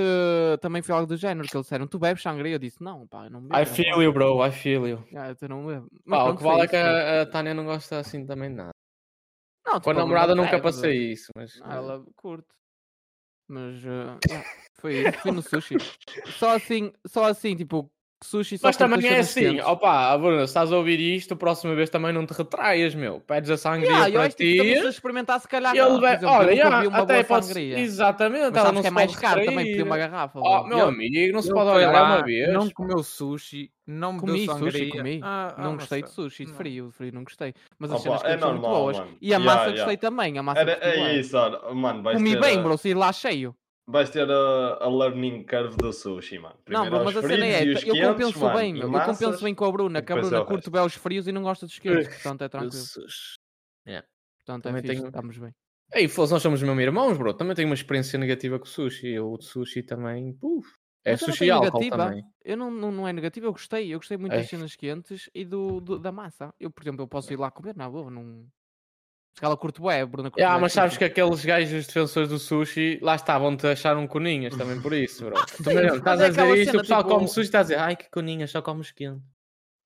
S2: também foi algo do género, que eles disseram, tu bebes sangria? Eu disse, não, pá, eu não bebo.
S3: I feel you, bro, I feel you.
S2: Ah, eu não bebo. Mas
S3: Pá, o
S2: pronto,
S3: que
S2: foi
S3: vale é
S2: isso,
S3: que
S2: foi. tipo,
S3: a, a Tânia não gosta assim também de nada.
S2: Não, tipo,
S3: Com a
S2: ela não
S3: namorada nunca é
S2: bebe.
S3: passei isso, mas...
S2: Ah, ela curte. Mas eh, yeah, foi, isso, foi no sushi. Só assim, só assim, tipo, sushi só
S3: Mas
S2: curto as
S3: também é
S2: cenas
S3: assim,
S2: quentes.
S3: opa, Bruno, se estás a ouvir isto, a próxima vez também não te retraias, meu. Pedes a sangria
S2: Yeah, eu
S3: para
S2: acho que também
S3: ti
S2: se eu experimentar, se calhar.
S3: e ele
S2: não. Por
S3: vai.
S2: exemplo, eu
S3: Olha,
S2: nunca
S3: yeah,
S2: vi uma
S3: até
S2: boa
S3: pode.
S2: sangria.
S3: Exatamente,
S2: Mas
S3: ela
S2: sabes
S3: não
S2: que é
S3: se
S2: mais
S3: pode
S2: caro também
S3: retrair.
S2: pedir uma garrafa.
S3: Oh,
S2: bro.
S3: meu
S2: Eu-
S3: amigo, não se
S5: Ele
S3: pode
S5: foi
S3: olhar é
S5: lá,
S3: uma vez.
S5: Não comeu sushi, não bebeu
S2: Comi
S5: sangria.
S2: sushi, comi.
S5: Ah, ah,
S2: não gostei de
S5: Marcelo.
S2: sushi, de
S5: Não.
S2: frio, de frio não gostei. Mas
S4: Opa,
S2: as cenas
S4: é
S2: quentes são muito
S4: normal,
S2: boas.
S4: mano.
S2: E a
S4: Yeah,
S2: massa
S4: yeah.
S2: gostei também, a massa
S4: Era,
S2: gostei
S4: é
S2: bué.
S4: isso, olha, mano, vais
S2: Comi
S4: ter,
S2: bem,
S4: a,
S2: bro, saí lá cheio.
S4: vais ter a, a learning curve do sushi, mano.
S2: não,
S4: Primeiro
S2: bro, mas
S4: aos
S2: a cena
S4: fritos
S2: é,
S4: e
S2: eu
S4: os quentes,
S2: compenso
S4: mano,
S2: bem,
S4: e
S2: meu, eu
S4: massas.
S2: compenso bem com a Bruna, que a
S4: depois é
S2: Bruna
S4: o
S2: curte
S4: resto.
S2: bem os frios e não gosta dos quentes, portanto é tranquilo. Portanto, é
S3: Também
S2: fixe,
S3: tenho-
S2: estamos bem.
S3: Ei, foda nós somos mesmo irmãos, bro. Também tenho uma experiência negativa com o sushi. Eu, o de sushi também. puf, é
S2: Mas eu não
S3: sushi e
S2: tenho
S3: álcool
S2: negativa.
S3: também.
S2: Eu não, não, não é negativo, eu gostei. Eu gostei muito das
S3: É.
S2: cenas quentes e do, do- da massa. Eu, por exemplo, eu posso ir lá comer, não, eu não. Se calhar curto bué, a Bruna curte
S3: Ah,
S2: bué
S3: mas
S2: de
S3: sabes
S2: sushi.
S3: que aqueles gajos defensores do sushi, lá está, vão-te achar um coninhas
S2: <laughs>
S3: também por isso, bro. Tu
S2: sim,
S3: mesmo,
S2: mas
S3: estás
S2: é
S3: a dizer
S2: aquela
S3: isto,
S2: cena,
S3: o pessoal
S2: tipo-
S3: come sushi e está a dizer, ai que coninhas, só comes quente.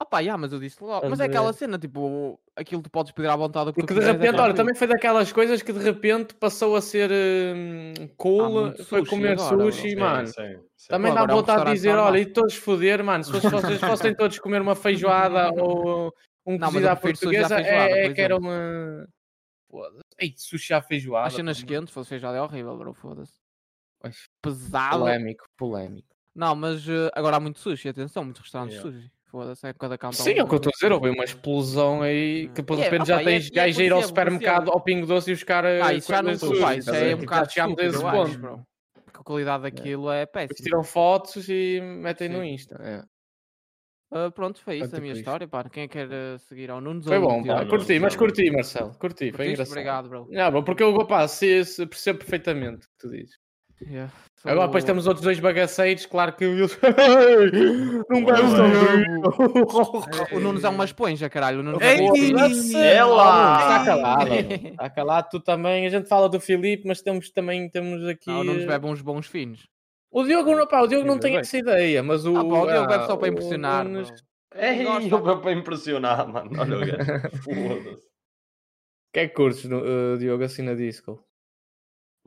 S2: Opa, já, mas eu disse logo. Mas é
S3: Estás a
S2: aquela cena, tipo, aquilo tu podes pedir à vontade o que tu
S3: Porque de
S2: quiseres, é
S3: repente, olha,
S2: tranquilo.
S3: também foi daquelas coisas que de repente passou a ser hum, cool,
S2: muito
S3: foi
S2: sushi
S3: comer
S2: agora, bro.
S3: sushi,
S4: Sim,
S3: mano.
S4: sim, sim.
S3: Também
S2: Agora
S3: dá
S2: há um
S3: vontade de
S2: restaurante
S3: dizer,
S2: normal.
S3: olha, e todos foder, mano, se fosse- vocês fossem todos comer uma feijoada ou um
S2: Não, mas eu
S3: cozido à
S2: prefiro sushi à
S3: portuguesa,
S2: feijoada,
S3: é, é
S2: por
S3: que era uma... Foda-se. Ei, sushi à feijoada.
S2: As cenas
S3: pô,
S2: quentes, ou seja, é horrível, bro, foda-se.
S3: Ai,
S2: Pesado.
S3: Polémico, polémico.
S2: Não, mas eh, agora há muito sushi, atenção, muitos restaurantes de
S4: Yeah.
S2: sushi. Foda-se, é cada canto. há
S3: Sim, é o
S2: um-
S3: que eu estou a dizer, houve uma explosão aí que de
S2: Yeah,
S3: repente
S2: opa,
S3: já
S2: e é-
S3: tens
S2: e é
S3: gajo a ir ao
S2: percebo, percebo.
S3: supermercado, ao Pingo Doce e buscar eh,
S2: Ah, isso já não
S3: coisas
S2: se
S3: sushi,
S2: faz, isso
S3: estás a
S2: é
S3: ver?
S2: um
S3: Tipo,
S2: bocado
S3: já chegámos a
S2: estúpido,
S3: esse
S2: eu
S3: ponto.
S2: acho, bro. Porque a qualidade daquilo é
S3: Depois
S2: péssima.
S3: tiram fotos e metem no
S2: Sim.
S3: Insta. é.
S2: Ah, pronto, foi isso
S3: Portanto,
S2: a minha
S3: foi isto.
S2: história. Pá. Quem quer eh, seguir ao Nunes
S3: Foi
S2: ou ao
S3: bom,
S2: Diogo?
S3: pá.
S4: não,
S3: Curti,
S4: não,
S3: mas
S4: não.
S3: curti, Marcelo. Curti, foi
S2: Curtiste?
S3: engraçado.
S2: Obrigado, bro.
S3: Não, bom, porque eu pá, se, se percebo perfeitamente o que tu dizes.
S2: Yeah.
S3: Agora
S2: Sou-
S3: depois temos outros dois bagaceiros, claro que <laughs> eles. não
S4: Ué.
S3: gosto
S2: Ah, O Nunes é uma esponja, caralho. O Nunes
S5: Ei,
S2: é
S5: ei,
S2: um-
S3: Está
S4: Ela!
S3: Tá calado,
S2: <laughs>
S3: está calado tu também. A gente fala do Filipe, mas temos também temos aqui.
S2: Não, o Nunes
S3: eh,
S2: bebe uns bons finos.
S3: O Diogo, não- pá, o Diogo não
S5: Bebe
S3: tem
S5: bem.
S3: essa ideia, mas o.
S2: Ah, pá, o Diogo bebe só
S3: ah,
S2: para
S3: o
S2: impressionar.
S3: Nunes-
S2: bro.
S4: É
S2: Gosta.
S4: eu para impressionar, mano. Olha o gajo. Foda-se.
S3: O que é que curtes, no- eh, Diogo, assim na disco?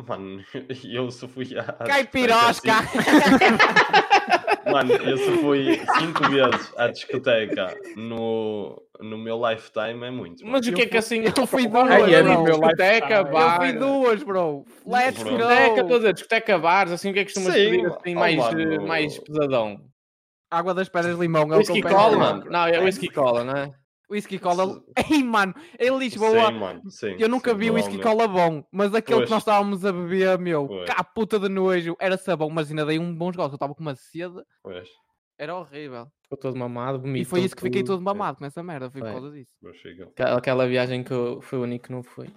S4: Mano, <laughs> eu se fui a.
S2: <laughs> Caipirosca!
S4: assim, Mano, eu se fui cinco vezes à discoteca no, no meu lifetime é muito. mano.
S3: Mas o que é que <laughs> assim.
S2: eu fui
S3: Vá,
S2: duas,
S3: olha,
S2: bro.
S3: meu é discoteca,
S5: Eu fui
S2: Eu
S3: bar.
S2: fui duas, bro. Let's
S4: Bro.
S3: Discoteca, estou a
S2: go!
S3: dizer, discoteca, bares, assim, o que é que costumas
S4: Sim,
S3: pedir assim,
S4: oh,
S3: mais,
S4: mano.
S3: eh, mais pesadão?
S2: Água das pedras de limão é o que
S3: Whisky
S2: eu
S3: cola?
S2: peço.
S4: mano.
S3: Não, é whisky cola, não é?
S2: Whisky cola. <laughs> Ei, mano, em Lisboa
S4: Sim, mano, sim,
S2: Eu nunca
S4: sim,
S2: vi whisky
S4: provavelmente.
S2: cola bom, mas aquele
S4: Pois.
S2: que nós estávamos a beber, meu,
S4: Pois.
S2: cá puta de nojo, era sabão, mas ainda dei um bom gosto, eu estava com uma sede,
S4: Pois,
S2: era horrível.
S3: Ficou todo mamado, bonito.
S2: e foi isso que fiquei todo
S4: tudo.
S2: mamado com essa merda, foi por
S3: Bem.
S2: causa disso.
S4: mas fica.
S2: <laughs>
S3: Aquela, aquela viagem que eu, foi o único que não foi.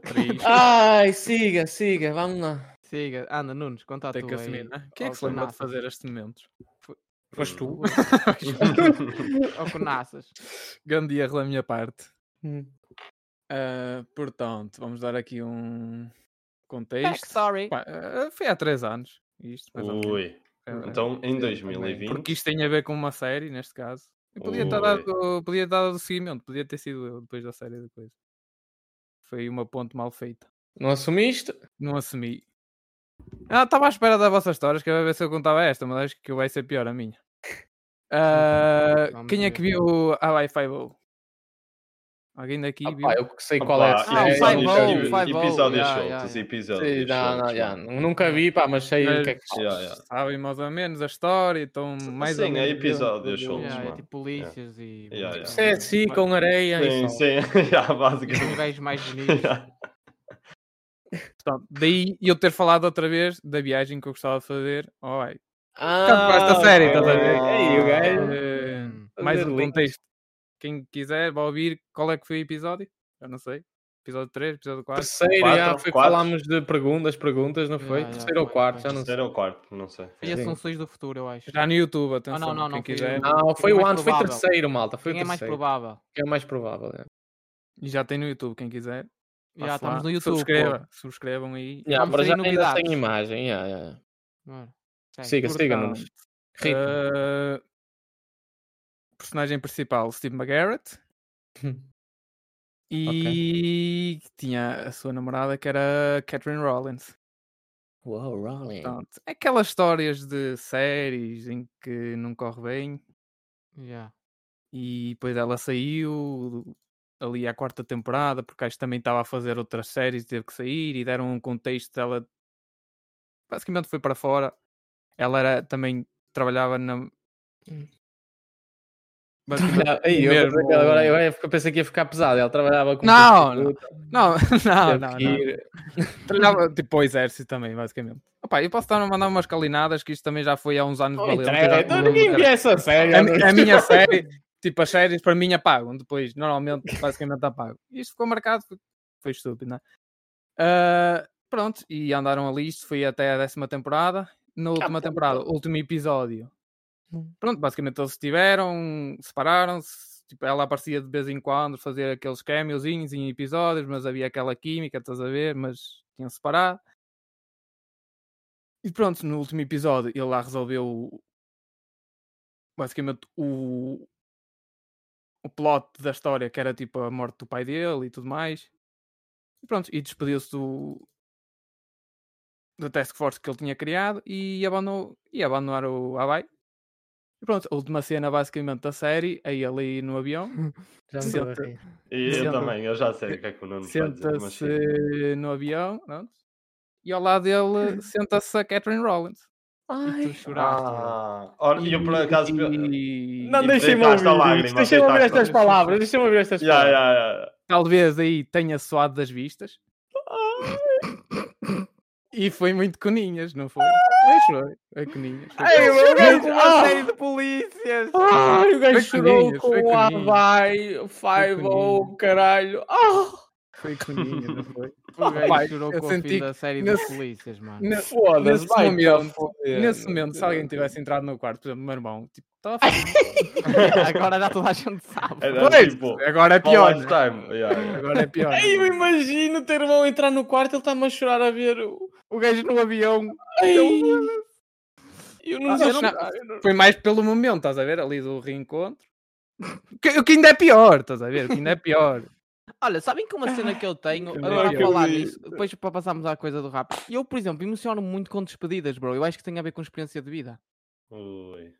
S3: <laughs>
S5: Três.
S3: Ai, siga, siga,
S2: <laughs>
S3: vamos lá.
S2: Siga, anda, Nunes, conta a
S5: Tem
S2: tua
S5: que
S2: aí.
S5: assumir, né? Quem é que se
S2: ao
S5: lembrou de
S2: Conaças.
S5: fazer estes momentos?
S3: Foste tu?
S2: Ou com naças.
S5: Grande erro da minha parte.
S3: Hum.
S5: Ah, portanto, vamos dar aqui um contexto.
S2: Backstory.
S5: Pá, ah, foi há três anos. Isto, mais ou menos.
S4: Ui.
S5: É, é,
S4: Então, em
S5: sim, também,
S4: 2020.
S5: Porque isto tem a ver com uma série, neste caso. Eu podia ter dado, podia ter dado seguimento, podia ter sido eu depois da série depois. Foi uma ponte mal feita.
S3: Não assumiste?
S5: Não assumi. Ah, estava à espera das vossas histórias, que eu ia ver se eu contava esta, mas acho que vai ser pior a minha. Ah,
S2: vamos
S5: quem é
S2: ver.
S5: que viu a Wi-Fi Alguém daqui
S3: Ah,
S5: viu?
S3: pá, eu que sei qual é.
S4: Opa,
S3: essa
S2: Ah, o
S3: série,
S2: Five
S4: episódios
S2: O,
S3: já vi.
S2: Five O,
S4: Episódios
S2: yeah,
S4: soltos,
S2: yeah.
S3: Sim,
S4: episódios
S3: já,
S4: soltos.
S3: já, Nunca vi, pá, mas sei o que é que.
S4: já, já.
S5: Sabem mais ou menos a história, estão mais ou
S4: Sim,
S5: menos. um
S4: é
S5: viram-
S4: episódios
S5: viram-
S4: soltos,
S2: Yeah, é
S4: mano.
S2: tipo lixas e.
S4: Yeah, yeah.
S3: Isso é assim, com areia
S4: Sim,
S3: e sol.
S4: sim, <laughs> já,
S2: Um
S4: basicamente.
S2: gajo mais bonito.
S4: <laughs>
S5: Portanto, daí eu ter falado outra vez da viagem que eu gostava de fazer. Oh, ai.
S3: Ah,
S5: Por esta série, estás a ver?
S4: ah,
S3: Aí, o gajo.
S5: Eh,
S2: Hum.
S5: mais
S3: Fazer
S5: um
S3: links.
S5: contexto. Quem quiser, vai ouvir qual é que foi o episódio. Eu não sei. Episódio 3, episódio 4.
S3: Terceiro,
S4: Quatro,
S3: já foi que
S4: quatro.
S3: falámos de perguntas, perguntas, não foi?
S2: Já, já,
S3: Terceiro ou
S2: foi,
S3: quarto,
S2: foi.
S3: já não sei.
S4: Era o quarto, não sei.
S2: E esses são sonhos do futuro, eu acho.
S5: Já no YouTube, atenção.
S2: não, não,
S5: quem
S2: não, foi
S5: quiser.
S2: o-
S3: Não,
S2: Quem
S3: foi
S2: é
S3: o
S2: mais
S3: antes, foi
S2: provável?
S3: terceiro, malta. Foi o
S2: Quem é mais
S3: terceiro.
S2: provável?
S3: Quem é mais provável? é.
S5: E já tem no YouTube, quem quiser.
S2: Já
S5: passe
S2: estamos
S5: lá.
S2: no YouTube.
S5: Subscreva, subscrevam aí.
S3: Já,
S2: Vamos
S3: para
S2: ter
S3: já ainda
S2: novidades.
S3: sem imagem. já, já, já.
S2: pô. Bora. Segue.
S3: Siga, siga, não.
S5: Portanto, eh, personagem principal, Steve McGarrett.
S3: <laughs>
S5: E tinha a sua namorada que era Catherine Rollins.
S3: Uau, Rolling.
S5: Portanto, aquelas histórias de séries em que não corre bem
S2: Yeah.
S5: e depois ela saiu ali à quarta temporada porque acho que também estava a fazer outras séries e teve que sair e deram um contexto dela basicamente foi para fora. Ela era também trabalhava na
S3: Hum. <laughs>
S5: basicamente-
S3: Aí, eu,
S5: Mesmo-
S3: agora, eu, eu pensei que ia ficar pesado. Ela trabalhava com.
S5: Não, não, não, <laughs> não, não,
S3: teve que
S5: não.
S3: ir.
S5: Trabalhava tipo ao exército também, basicamente. Opa, eu posso estar a mandar umas calinadas que isto também já foi há uns anos
S3: Não
S5: valeu,
S3: interessa,
S5: já
S3: então
S5: não
S3: ninguém
S5: quero-
S3: vê essa série.
S5: É a,
S3: não.
S5: mi- a minha série, tipo, as séries para mim apagam depois, normalmente, basicamente apagam. Isto ficou marcado, foi- foi estúpido, não é? Ah, pronto, e andaram ali, isto foi até a décima temporada. Na última temporada, último episódio. Pronto, basicamente eles estiveram, separaram-se. Tipo, ela aparecia de vez em quando fazer aqueles cameozinhos em episódios, mas havia aquela química, estás a ver? Mas tinham separado. E pronto, no último episódio ele lá resolveu basicamente o, o plot da história, que era tipo a morte do pai dele e tudo mais. E pronto, e despediu-se do da task force que ele tinha criado e abandonou e abandonar o Hawaii. E pronto, a última cena basicamente da série, é aí ali no
S4: <laughs>
S5: avião,
S3: Já me
S5: Senta-
S3: estou a rir.
S4: E eu
S5: Senta-
S4: também, eu já sei o que é que o Nuno vai dizer, mas sim.
S5: senta-se no avião, pronto. E ao lado
S4: <laughs>
S5: dele senta-se a Catherine Rollins.
S2: E tu choraste. bro.
S4: Ah, olha, e eu por acaso...
S5: E-
S3: Não,
S4: E
S3: deixem-me
S4: deitaste a lágrima,
S3: ouvir. isto, Deixem-me ouvir
S4: deitaste a
S3: estas palavras. Deixem-me ouvir
S4: <laughs>
S3: estas
S4: Já,
S3: palavras.
S4: já, já.
S5: talvez aí tenha suado das vistas. E foi muito coninhas, não foi? Eu chorei. Foi coninhas. foi
S3: Ai,
S5: coninhas.
S3: meu Deus, ah!
S2: de polícias.
S5: Ah,
S3: Ai, o gajo
S5: Foi
S3: chorou
S5: coninhas, foi
S3: com o
S5: coninhas.
S3: Havaí, Five O,
S5: coninhas.
S3: caralho. Ah,
S5: Foi coninhas, não foi?
S2: O gajo
S5: Pai,
S2: chorou
S5: eu
S2: com o
S5: senti
S2: fim da série das
S5: nesse-
S2: polícias, mano.
S5: Ne-
S3: Foda-se,
S5: Ah! Nesse
S3: vai
S5: momento-
S3: foder.
S5: Nesse momento, se alguém tivesse entrado no quarto, por exemplo, o meu irmão, tipo, estava a fazer.
S2: <laughs> Agora já toda a gente sabe.
S4: Era
S5: Pois,
S4: tipo...
S5: Agora é
S4: for
S5: pior. né?
S4: lifetime. Já, já.
S5: Agora é pior.
S3: Ai, eu imagino o teu irmão entrar no quarto ele está-me a chorar a ver o.
S2: O gajo no avião.
S3: Ai, eu é, não
S5: Ah,
S3: sei
S5: eu não-
S3: chorar, eu não-
S5: Foi mais pelo momento, estás a ver? Ali do reencontro. O que- O que ainda é pior, estás a ver? O que ainda é pior.
S2: Olha, sabem que uma cena que eu tenho,
S5: Que
S2: agora a
S5: horror.
S2: falar
S3: Que horror.
S2: disso, depois para passarmos à coisa do rap. Eu, por exemplo, emociono muito com despedidas, bro. Eu acho que tem a ver com experiência de vida.
S4: Ui.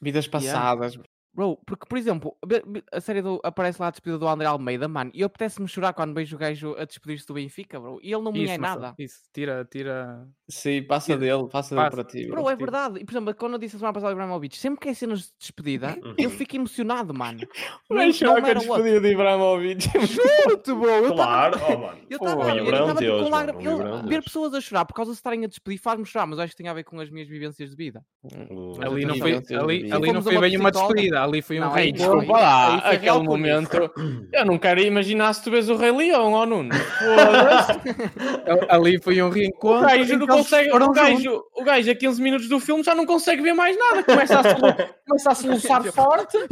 S3: Vidas passadas.
S2: passadas. Bro, porque, por exemplo, be- be- a série do, aparece lá a despedida do André Almeida, mano, e eu apetece-me chorar quando vejo o gajo a despedir-se do Benfica, bro, e ele não me é
S5: Isso, Marcelo,
S2: nada.
S5: Isso, tira, tira.
S3: Sim, passa dele, passa
S5: dele
S3: dele
S5: para
S3: para ti.
S2: Bro, é verdade. E, por exemplo, quando eu disse a semana passada do Ibrahimovic, sempre que é cenas de despedida, eu
S4: Uhum.
S2: fico emocionado,
S3: <laughs>
S2: mano.
S3: O
S2: Não- não
S3: gajo chorou com a
S2: matter what.
S3: despedida de Ibrahimovic.
S2: Juro-te, bro, eu tava-
S4: Claro, oh, mano.
S2: Eu
S3: Pô,
S2: estava
S3: o
S2: eu
S3: Ibra é um
S2: tava, tipo,
S4: deus,
S2: com
S4: mano,
S2: lágrimas.
S4: o
S2: Eu-
S4: Ibra é um
S2: Ver
S4: deus.
S2: pessoas a chorar por causa de estarem a despedir faz-me
S3: <laughs>
S2: chorar, mas acho que tem a ver com as minhas vivências de vida.
S5: Ali
S2: Mas
S5: não
S2: eu
S5: foi,
S2: tenho-
S5: ali,
S2: eu
S5: ali não
S2: fomos a
S5: foi
S2: uma
S5: bem uma
S2: psicóloga.
S5: despedida. ali foi um
S3: é
S2: Não,
S5: rei.
S2: aí
S5: Pô,
S2: foi-
S3: Desculpa lá,
S2: aí foi
S3: aquele
S2: real
S3: momento.
S2: punição.
S3: Eu não quero imaginar se tu vês o Rei Leão, ó Nuno. Foda-se.
S5: <laughs> Ali foi um
S3: O
S5: reencontro.
S3: gajo, não
S5: então
S3: consegue,
S5: foram
S3: o,
S5: juntos.
S3: gajo, o gajo a 15 minutos do filme já não consegue ver mais nada. Começa a, solu- começa a
S2: um
S3: <laughs> soluçar forte. O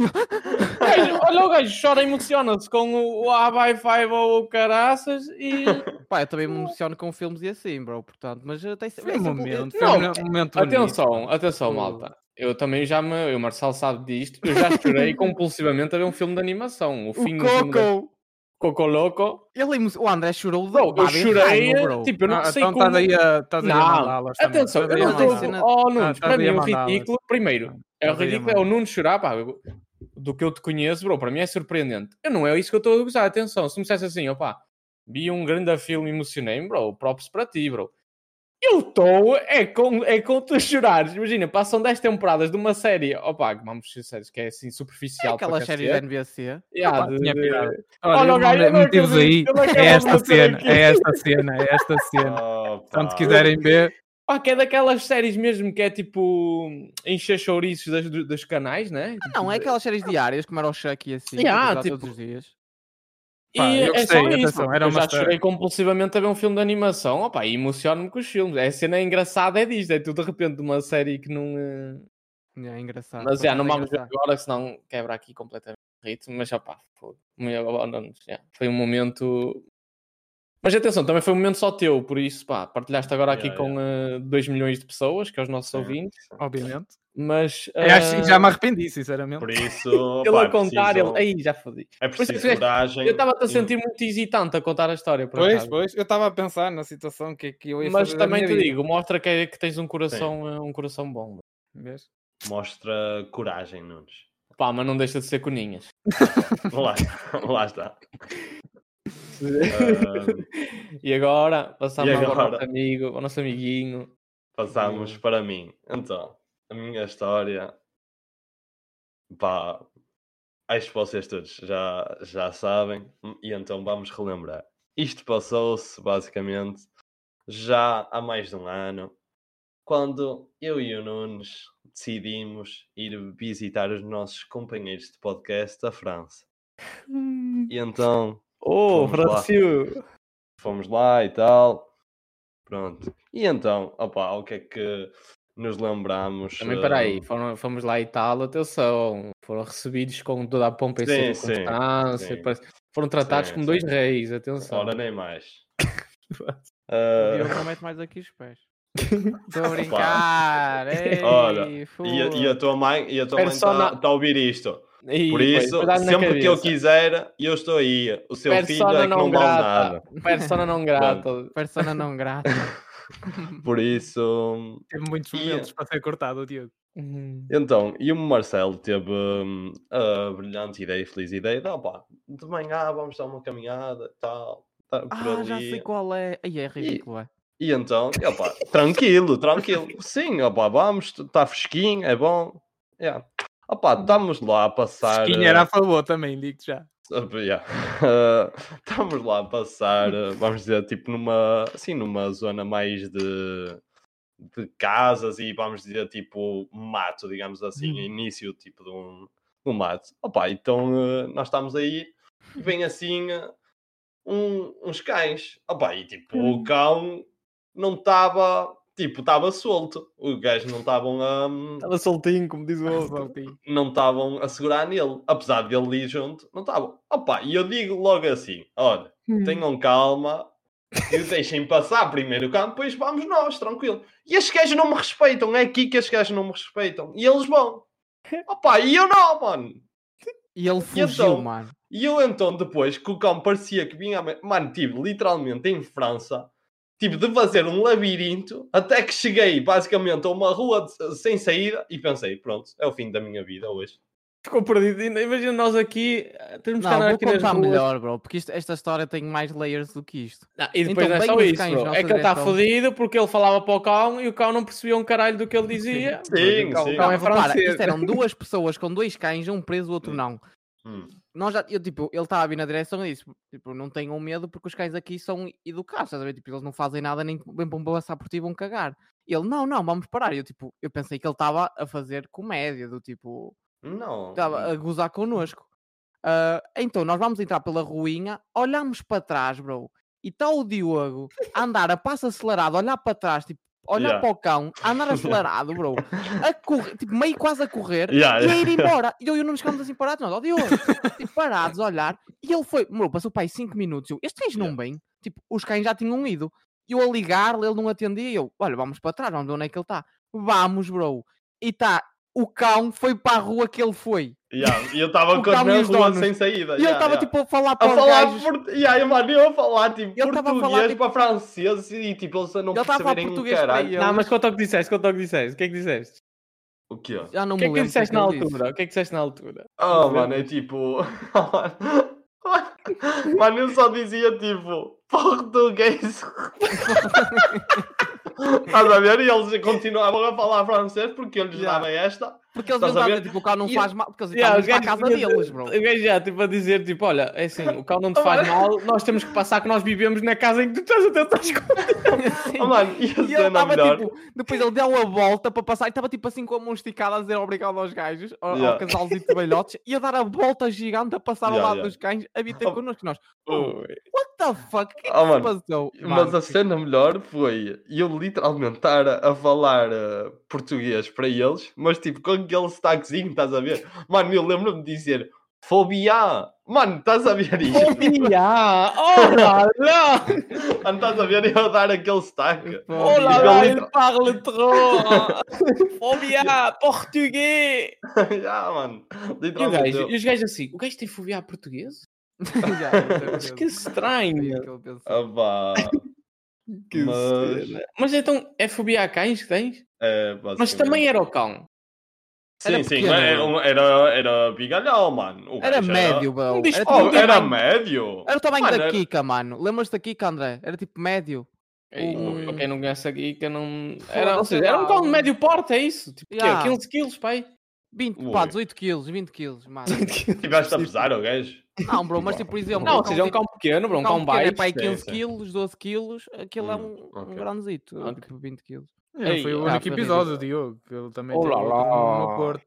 S3: gajo- tipo, olha, o gajo chora e emociona-se com o, o Abai Five ou o Caraças e.
S2: Pá, eu também me emociono com filmes e assim, bro. Portanto, mas eu tenho
S5: Foi um momento. Foi
S3: Não,
S5: um mo- momento bonito.
S3: Atenção, atenção, malta. Eu também já me. Eu, Marcelo, sabe disto. Eu já chorei compulsivamente a ver um filme de animação. O
S2: O
S3: fim do filme da-
S2: Coco!
S3: Coco Loco.
S2: Ele, é emo- o André chorou de
S3: Bro, eu
S2: babado em
S3: chorei.
S2: raiva, bro. É
S3: Tipo, eu não
S5: Ah,
S3: sei
S5: então
S3: como.
S5: estás aí a, estás aí a
S3: Não.
S5: mandá-las também.
S3: Atenção, eu
S5: Estás aí
S3: não
S5: a
S2: mandá-las.
S3: estou.
S5: mandá-las.
S3: Oh, Nuno,
S5: estás
S3: para
S5: Ah, aí
S3: mim
S5: a
S3: é um
S5: mandá-las.
S3: ridículo. Primeiro, é
S5: Estás
S3: o
S5: aí a
S3: ridículo é o Nuno chorar, pá. eu- Do que eu te conheço, bro, para mim é surpreendente. Eu não é isso que eu estou a gozar. Atenção, se me dissesse assim, opá, vi um grande filme e emocionei-me, bro, props para ti, bro. Eu estou, é com, é com tu chorares. Imagina, passam 10 temporadas de uma série, opá, vamos ser sérios, que é assim
S2: É
S3: superficial.
S2: aquela
S3: para
S2: série da
S3: cacete. Tipo,
S2: NBC.
S3: é, Yeah,
S5: Opa,
S3: de-
S5: tinha
S3: de-
S5: piada.
S3: Olha,
S5: Olha,
S3: o gajo, eu não
S5: motivos aí.
S3: acredito, ele acabou
S5: É esta
S3: de bater
S5: cena,
S3: aqui.
S5: é esta cena, é esta cena.
S4: Tá.
S5: Portanto, se quiserem ver,
S3: Pá, que é daquelas séries mesmo que é tipo encher chouriços das- dos, canais, né?
S2: Ah, não, é aquelas séries diárias, como era o Chuck e assim. que
S3: Yeah,
S2: eu dava
S3: tipo-
S2: todos os dias.
S5: Pá,
S3: E
S5: eu
S3: é
S5: gostei,
S3: só isso.
S5: atenção, era
S3: eu
S5: uma
S3: já
S5: história.
S3: chorei compulsivamente a ver um filme de animação. Opa, e emociono-me com os filmes. A cena engraçada é disto. É tudo de repente de uma série que não. eh,
S2: É
S5: Ah,
S2: engraçado.
S3: Mas já,
S2: portanto,
S3: não
S2: é
S3: vamos ver
S2: engraçado.
S3: agora, senão quebra aqui completamente o ritmo. Mas já pá, foda. Me abandonamos, já. foi um momento. Mas atenção, também foi um momento só teu, por isso pá, partilhaste agora aqui
S4: Yeah,
S3: com 2 milhões de pessoas, que é os nossos ouvintes.
S5: obviamente.
S3: Mas.
S5: Eu É, acho que
S3: ah,
S5: já me arrependi, sinceramente.
S4: Por isso,
S3: Ele
S4: pá,
S3: a contar,
S4: é preciso,
S3: ele. Aí, já fodi.
S4: é
S3: Por isso
S4: preciso
S3: que
S4: coragem.
S3: Eu estava a
S4: e-
S3: sentir muito hesitante a contar a história, por
S5: Pois,
S3: acaso.
S5: pois, eu estava a pensar na situação que, que eu ia
S3: Mas
S5: fazer. da
S3: também
S5: minha
S3: te
S5: vida,
S3: digo, mostra que, é- que tens um coração, eh, um coração bom.
S5: vês?
S4: Mostra coragem, Nunes.
S3: Pá, mas não deixa de ser coninhas.
S4: Lá, <laughs> está, lá está. Ah, Ahm,
S3: E agora, passamos
S4: E
S3: agora ao
S4: agora?
S3: nosso amigo, ao nosso amiguinho.
S4: Passamos para mim. Então, a minha história. Pá, acho que vocês todos já, já sabem. E então vamos relembrar. Isto passou-se, basicamente, já há mais de um ano, quando eu e o Nunes decidimos ir visitar os nossos companheiros de podcast da França. E então
S3: Oh,
S4: Vamos lá.
S3: Francisco!
S4: fomos lá e tal. Pronto. E então, opá, o que é que nos lembramos?
S3: Também,
S4: eh,
S3: peraí, foram, fomos lá e tal, atenção. Foram recebidos com toda a pompa e
S4: Sim,
S3: circunstância.
S4: sim.
S3: parece- Foram tratados
S4: Sim,
S3: como dois
S4: sim.
S3: reis, atenção.
S4: Ora, nem
S3: <laughs>
S4: mais.
S2: O
S4: Eh,
S2: Diogo não mete mais aqui os <laughs> pés. Estou a brincar. Ei,
S4: Olha, e, a-
S2: foda.
S4: e a tua mãe e a tua
S3: Era
S4: mãe
S3: só
S4: está
S3: na-
S4: a ouvir isto.
S3: E,
S4: Por
S3: pois,
S4: isso,
S3: foi dado na
S4: sempre que eu
S3: cabeça.
S4: quiser, eu estou aí. O seu filho
S3: Persona
S4: é que não
S3: não
S4: vale
S3: grata.
S4: nada.
S3: Persona
S4: <laughs>
S3: não grata.
S2: Persona não <laughs> grata.
S4: Por isso,
S5: Teve muitos
S4: E-
S5: momentos para ser cortado, o Diogo.
S3: Uhum.
S4: Então, e o Marcelo teve hum, a brilhante ideia, feliz ideia, de, opá, de manhã vamos dar uma caminhada, tal, tá por
S2: Ah, já
S4: ali."
S2: sei qual é. Ai, é ridículo, é.
S4: E então, e, opá, tranquilo, tranquilo, sim, opá, vamos, está fresquinho, é bom, yeah. opá, estamos lá a passar...
S5: Quem era a favor também, digo já.
S4: Uh, yeah. <laughs> Uh, estamos lá a passar, uh, vamos dizer, tipo numa, assim, numa zona mais de, de casas e vamos dizer, tipo, mato, digamos assim, início tipo de um, de um mato. Opa, então uh, nós estamos aí e vem assim uh, um- uns cães. Opa, e tipo, o cão não estava, tipo, estava solto. O gajo não hum, estavam a
S3: Estava soltinho, como diz o outro.
S4: não estavam a segurar nele, apesar dele ali junto, não estavam. Opa, e eu digo logo assim: olha, tenham calma e deixem passar primeiro o campo, depois vamos nós, tranquilo. E estes gajos não me respeitam, é aqui que estes gajos não me respeitam. E eles vão. Opa, e eu não, mano.
S2: E ele fugiu,
S4: então?
S2: mano.
S4: E eu então, depois que o cão parecia que vinha. a me- Mano, tive literalmente em França, tive de fazer um labirinto até que cheguei basicamente a uma rua de- sem saída e pensei: pronto, é o fim da minha vida hoje.
S3: Ficou perdido. Ainda Imagina nós aqui, eh, temos que
S2: Não,
S3: andar
S2: vou
S3: aqui nas
S2: contar
S3: ruas.
S2: melhor, bro, porque isto- esta história tem mais layers do que isto.
S3: Não, e depois
S2: Então,
S3: não é
S2: bem
S3: só
S2: nos
S3: isso,
S2: cães, então.
S3: bro.
S2: nossa
S3: É que ele está
S2: direção.
S3: fodido porque ele falava para o cão e o cão não percebia um caralho do que ele dizia.
S4: Sim,
S5: Então,
S4: sim.
S5: então
S2: Não,
S5: é
S2: é repara,
S5: francês.
S2: isto eram duas pessoas com dois cães, um preso, o outro não.
S4: Hum.
S2: Nós já, eu, tipo, ele estava a vir na direção e disse: tipo, não tenham medo porque os cães aqui são educados, estás a ver? Tipo, eles não fazem nada, nem bem vão passar por ti e vão cagar. E ele, não, não, vamos parar. E eu, tipo, eu pensei que ele estava a fazer comédia, do tipo,
S4: Não.
S2: estava a gozar connosco. Ah, então, nós vamos entrar pela ruinha, olhamos para trás, bro, e está o Diogo a andar a passo acelerado, a olhar para trás, tipo, olhar
S4: Yeah.
S2: para o cão, a andar acelerado, bro, a correr, tipo, meio quase a correr,
S4: Yeah,
S2: e a
S3: <laughs>
S2: ir embora. E eu e o Nuno ficámos assim parados, nós, ó Diogo, tipo, parados a olhar, e ele foi, bro, passou para aí 5 minutos, eu, este cães não
S4: Yeah.
S2: bem, tipo, os cães já tinham ido, E eu a ligar-lhe, ele não atendia, e eu, olha, vamos para trás, vamos ver onde é que ele está, vamos, bro, e está, o cão foi para a rua que ele foi.
S4: <laughs> Yeah, E eu estava
S2: O
S4: com a
S2: cão e
S4: na
S2: os
S4: rua
S2: donos.
S4: sem saída.
S2: E ele
S4: yeah,
S2: estava
S4: yeah.
S2: tipo a falar
S4: a
S2: para os
S4: falar
S2: gajos.
S4: port... yeah, eu, mano, eu a falar tipo
S2: Ele tava a falar,
S4: português
S2: tipo-
S4: para francês e tipo eles a não
S2: Ele tava a falar
S4: perceberem um
S2: português para
S4: caralho.
S2: ele.
S3: Não, mas conta o que disseste, conta o que disseste. O que é que disseste?
S4: O quê?
S2: Já não
S3: O que é
S2: me lembro.
S3: que tu
S2: o
S3: disseste na
S2: ele disse.
S3: altura? O que é que disseste na altura?
S4: Oh, mano, é tipo. <laughs> mano, eu só dizia tipo
S2: <laughs>
S4: português. Estás a ver? E eles continuavam a falar francês porque eu lhes
S2: Yeah. <laughs>
S4: dava esta.
S2: Porque eles
S4: Estás a
S2: não
S4: ver?
S2: tipo, o carro não
S3: E-
S2: faz mal, porque eles
S3: Yeah,
S2: estavam para a casa
S3: tinham-
S2: deles,
S3: <laughs>
S2: bro.
S3: O gajo já, tipo, a dizer, tipo, olha, é assim, o cão não te faz mal, nós temos que passar que nós vivemos na casa em que tu estás a tentar esconder.
S2: <laughs>
S4: Oh, mano, e a
S2: E ele
S4: cena
S2: estava
S4: melhor.
S2: tipo, depois ele deu a volta para passar e estava tipo assim com a mão esticada a dizer obrigado aos gajos, ao, ao
S4: Yeah.
S2: casalzinho de velhotes, e a dar a volta gigante a passar ao
S4: Yeah,
S2: lado
S4: yeah.
S2: dos cães a vir ter
S4: Oh.
S2: connosco. Nós,
S4: Ui.
S2: what the fuck? O que é que
S4: Oh,
S2: se
S4: mano,
S5: <laughs>
S2: passou?
S4: Mas
S2: Mano,
S4: a cena melhor foi eu literalmente estar a, a falar eh, português para eles, mas tipo com aquele sotaquezinho, estás a ver? Mano, eu lembro-me de dizer fobia. Mano, estás a ver isto?
S3: Olá, olá, lá,
S4: <laughs> Mano, estás a ver eu dar aquele <laughs> sotaque?
S3: olá,
S2: <laughs>
S4: Ele
S3: lá,
S4: entra-
S3: ele parle <laughs> trop, Oh, fobia, português.
S4: ah, mano.
S3: E, o
S4: Literalmente.
S3: gajo,
S4: eu-
S3: e os gajos assim, o gajo tem fobia a português?
S2: já, eu
S3: Mas que
S2: sei o que
S3: estranho.
S2: ele pensou.
S4: Ah, pá.
S3: Que
S4: Mas-
S3: cena. Mas então, é fobia a cães que tens?
S4: É,
S3: Mas também era o cão.
S4: Sim, sim,
S2: pequeno,
S4: mas era, um- era, era bigalhão, Ah, mano. O
S2: Era
S4: gajo
S2: médio, bro.
S3: Não diz-
S2: Era tipo
S4: Oh,
S2: o
S4: era
S2: tamanho-
S4: médio.
S2: era o tamanho
S4: Mano,
S2: da
S4: era-
S2: Kika, mano. Lembras-te da Kika, André? Era tipo médio.
S3: Ei,
S2: Ui.
S3: Para quem não conhece a Geeka, não. Era, ou
S2: Foda-se,
S3: seja, Hum. era um
S2: lá,
S3: cão de
S2: um-
S3: médio porte, é isso? Tipo, quê?
S2: Yeah.
S3: 15 quilos, <laughs> pai.
S2: 20, pá,
S4: Ui.
S2: 18 quilos, 20 quilos,
S4: <laughs>
S2: mano.
S4: Tiveste a pesar o gajo?
S2: Não, bro, mas tipo, por exemplo,
S3: Não,
S2: um
S3: ou seja, é um
S2: cão
S3: cão pequeno, bro, um
S2: cão
S3: cão
S2: pequeno
S3: baixo.
S2: é para aí
S4: sim,
S2: 15
S4: sim.
S2: quilos, 12 quilos, aquilo é
S4: Hum,
S2: um, um
S4: ok.
S2: grandezito,
S3: Ok.
S2: tipo 20 quilos.
S5: É, foi
S3: Ei,
S5: o
S2: ah,
S5: único
S2: foi
S5: episódio, Diogo, que ele também
S3: Olá,
S5: teve
S3: lá.
S5: no Porto.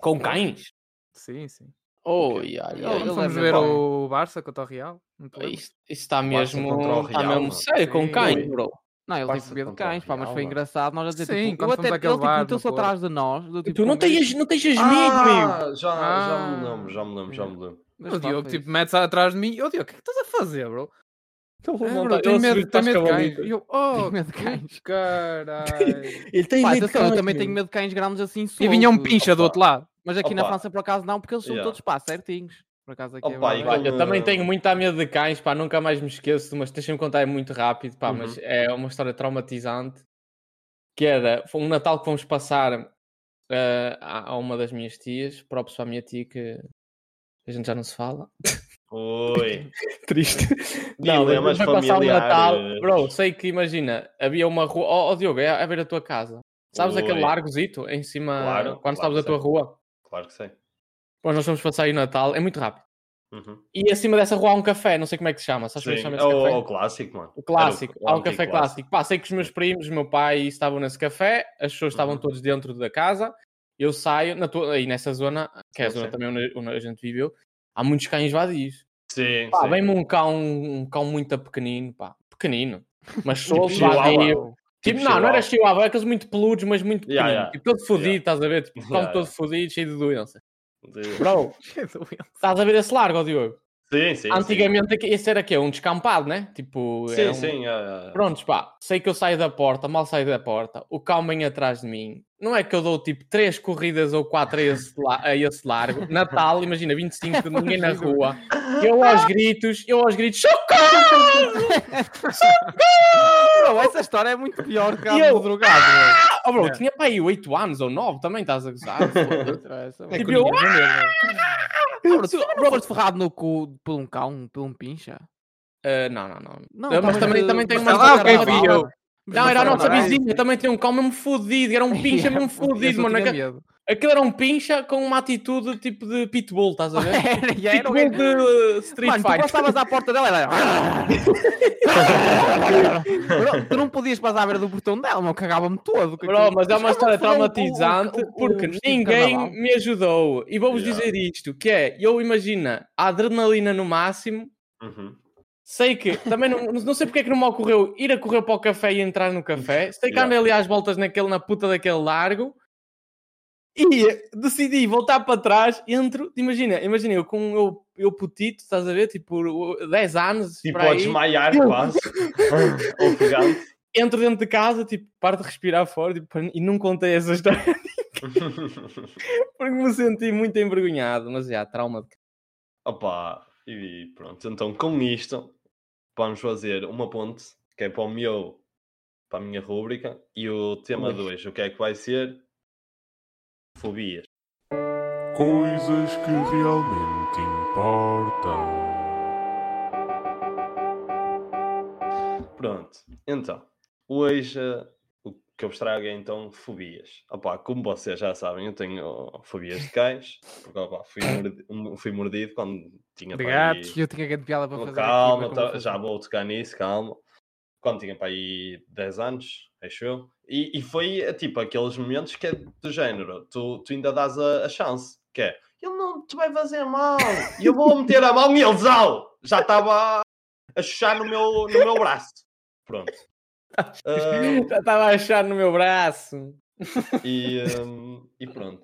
S3: Com cães?
S5: Sim, sim.
S3: Oh, ai,
S2: Ele-
S5: Quando
S2: ele é
S3: ai.
S5: fomos
S2: mesmo
S5: ver
S2: bom.
S5: o Barça contra o Real. não te lembras?
S3: Isto isto está
S4: Barça
S3: mesmo.
S4: contra o
S3: Está
S4: Real,
S3: mesmo
S4: mano.
S3: sério, com
S5: Sim.
S3: cães, bro.
S2: Não, ele tem
S4: Barça
S2: fobia de
S4: contra o
S2: cães, pá, mas
S4: Real,
S2: foi
S4: mano.
S2: engraçado. Nós a dizer,
S5: Sim,
S2: tipo,
S5: quando
S2: eu
S5: fomos
S2: até,
S5: àquele
S2: ele tipo,
S5: bar no
S2: meteu-se
S5: Porto.
S2: atrás de nós. do tipo,
S3: Tu não
S2: com medo.
S3: tens, não tens as amigo.
S4: já, já me
S5: Ah.
S4: lembro, já me lembro, já me lembro.
S2: Mas
S5: o
S2: pá,
S5: Diogo,
S2: foi
S5: tipo,
S2: isso.
S5: mete-se atrás de mim. Ô, Diogo, o que é que estás a fazer, bro?
S2: Então
S3: Ele
S5: É, bro, tenho medo, tenho medo de cães. E eu, oh,
S2: Tenho medo de cães.
S5: caralho.
S3: Ele tem
S2: Pá,
S3: medo de
S2: atenção, eu
S3: cães,
S2: também
S3: meu.
S2: tenho medo de cães grandes assim
S5: <laughs> E vinha um
S2: soltos.
S5: pincha do outro <laughs> lado.
S2: Mas aqui na
S4: Opa.
S2: França, por acaso, não, porque eles são
S4: Yeah.
S2: todos, pá, certinhos. Por acaso aqui é
S4: Opa, e
S2: verdade.
S3: Olha,
S4: Como-
S3: também tenho muito a medo de cães, pá, nunca mais me esqueço, mas deixem-me contar é muito rápido, pá, mas é uma história traumatizante. Que era, foi um Natal que fomos passar eh, a, a uma das minhas tias, próprio para a minha tia, que a gente já não se fala.
S4: Oi.
S3: <laughs> Triste.
S4: Dilemas
S3: foi passar o Natal.
S4: familiares.
S3: Bro, sei que imagina, havia uma rua. Ó ó, Diogo, é a ver a tua casa. Sabes aquele
S4: Oi.
S3: largozito em cima
S4: Claro,
S3: quando
S4: claro
S3: sabes a
S4: que
S3: tua
S4: sei.
S3: rua?
S4: Claro que sei.
S3: Pois nós fomos passar aí o Natal, é muito rápido.
S4: Uhum.
S3: E acima dessa rua há um café, não sei como é que se chama. Sabes como é que
S4: Sim,
S3: se chama
S4: É
S3: esse café?
S4: o, o clássico, mano.
S3: O clássico,
S4: Era o-
S3: há
S4: o
S3: um café
S4: antigo
S3: clássico. Pá, sei que os meus primos, meu pai estavam nesse café, as pessoas estavam
S4: Uhum.
S3: todos dentro da casa. Eu saio, na tua, aí nessa zona, que é a
S4: Sim,
S3: zona
S4: sim.
S3: também onde, onde a gente viveu, há muitos cães vadios.
S4: Sim,
S3: Pá,
S4: sim.
S3: vem-me um cão, um cão muito pequenino, pá, pequenino,
S4: <laughs>
S3: mas
S4: Tipo
S3: solto,
S4: Chihuahua.
S3: vadio. Tipo,
S4: Tipo
S3: não, não era
S4: Chihuahua.
S3: chihuahua, era aqueles muito peludos, mas muito pequenino.
S4: Yeah, yeah.
S3: Tipo, todo fodido,
S4: Yeah.
S3: estás a ver? Tipo, cão
S4: Yeah,
S3: todo
S4: yeah.
S3: fodido, cheio de doença.
S4: Sim,
S3: Bro,
S5: É
S3: estás a ver esse largo, ó Diogo?
S4: Sim, sim.
S3: Antigamente, esse era que é Um descampado, né? Tipo,
S4: Sim,
S3: era um-
S4: sim. é, é.
S3: Prontos, pá, sei que eu saio da porta, mal saio da porta, o cão vem atrás de mim. Não é que eu dou tipo três corridas ou quatro a esse, la- a esse largo. Natal, imagina, 25, ninguém
S4: <laughs>
S3: na rua. Eu aos gritos, eu aos gritos, socorro!
S2: Bro, essa história é muito pior que a
S3: E eu-
S2: do drogado, bro.
S3: Oh, bro, tinha para aí 8 anos ou 9, também estás a <laughs> gozar. foda-se.
S2: Essa-
S5: É
S3: tipo, eu,
S5: né?
S2: Bro, tu também não foste ferrado no cu por um cão, por um pincha?
S3: Ah, não, não, não.
S2: Não,
S3: Ah, mas
S2: talvez
S3: também,
S2: de-
S3: também tem
S2: mas
S3: uma
S2: estava a
S3: história
S5: tá
S2: tocar
S3: de
S2: a
S3: Natal.
S2: bala.
S3: Não, era a nossa
S2: Caralho. <laughs>
S3: <laughs>
S2: um
S3: vizinha, também tinha um cão mesmo fodido, era um pincha mesmo fodido, mano. naquela-
S2: medo.
S3: Aquilo era um pincha com uma atitude tipo de pitbull, estás a <laughs> ver?
S2: <laughs> Era, e era,
S3: pitbull
S2: era.
S3: de uh, Street
S2: Mano, tu
S3: Fighter.
S2: passavas à porta dela e ela... <laughs> Bro, tu não podias passar à beira do portão dela, meu, cagava-me todo. com
S3: <laughs> Bro,
S2: aquilo.
S3: mas é uma
S2: Cagava-me
S3: história
S2: todo,
S3: traumatizante
S2: o- o- o
S3: porque
S2: vestido de
S3: ninguém
S2: carnaval.
S3: me ajudou. E vou-vos
S4: Yeah.
S3: dizer isto, que é, eu imagina, a adrenalina no máximo,
S4: Uhum.
S3: sei que, também não, não sei porque é que não me ocorreu ir a correr para o café e entrar no café, sei que
S4: Yeah.
S3: andei ali às voltas naquele, na puta daquele largo, e decidi voltar para trás, entro, imagina, imagina, eu com eu, eu putito, estás a ver, tipo, 10 anos,
S4: Tipo,
S3: por
S4: a
S3: aí, <laughs>
S4: desmaiar quase. <laughs> Ofegante.
S3: entro dentro de casa, tipo, paro de respirar fora, tipo, e não contei essa história.
S4: <laughs>
S3: Porque me senti muito envergonhado, mas já, trauma de
S4: Opa, e pronto. Então, com isto, vamos fazer uma ponte, que é para o meu, para a minha rúbrica, e o tema 2, o que é que vai ser? Fobias.
S6: Coisas que realmente importam.
S4: Pronto, então, hoje eh, o que eu vos trago é então fobias. Opa, como vocês já sabem, eu tenho fobias de cães, porque opa, fui, mordido, fui mordido quando tinha
S2: De
S4: pá, aí-
S2: gatos. E eu tinha grande piada para
S4: Não,
S2: fazer. aqui,
S4: calma,
S2: mas
S4: tá-
S2: como vocês-
S4: já vou tocar nisso, calma. Quando tinha para aí 10 anos, acho eu. E, e foi eh, tipo aqueles momentos que é do género, tu, tu ainda dás a, a chance, que é ele não te vai fazer mal, e eu
S2: <laughs>
S4: vou meter a mão e eles au! Já estava a chuchar no meu, no meu braço. Pronto.
S2: <laughs>
S4: Ah,
S3: Já estava a achar no meu braço.
S4: e, hum, e pronto.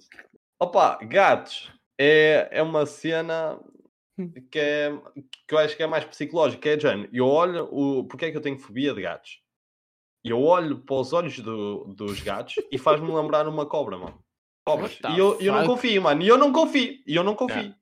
S4: Opa, gatos é, é uma cena
S3: Hum.
S4: que, é, que eu acho que é mais psicológica. É, Jane, eu olho o porque é que eu tenho fobia de gatos? Eu olho para os olhos do- dos gatos e faz-me lembrar uma cobra, mano. Cobras.
S2: What the
S4: E eu, eu não
S2: fuck?
S4: confio, mano. E eu não confio. E eu não confio.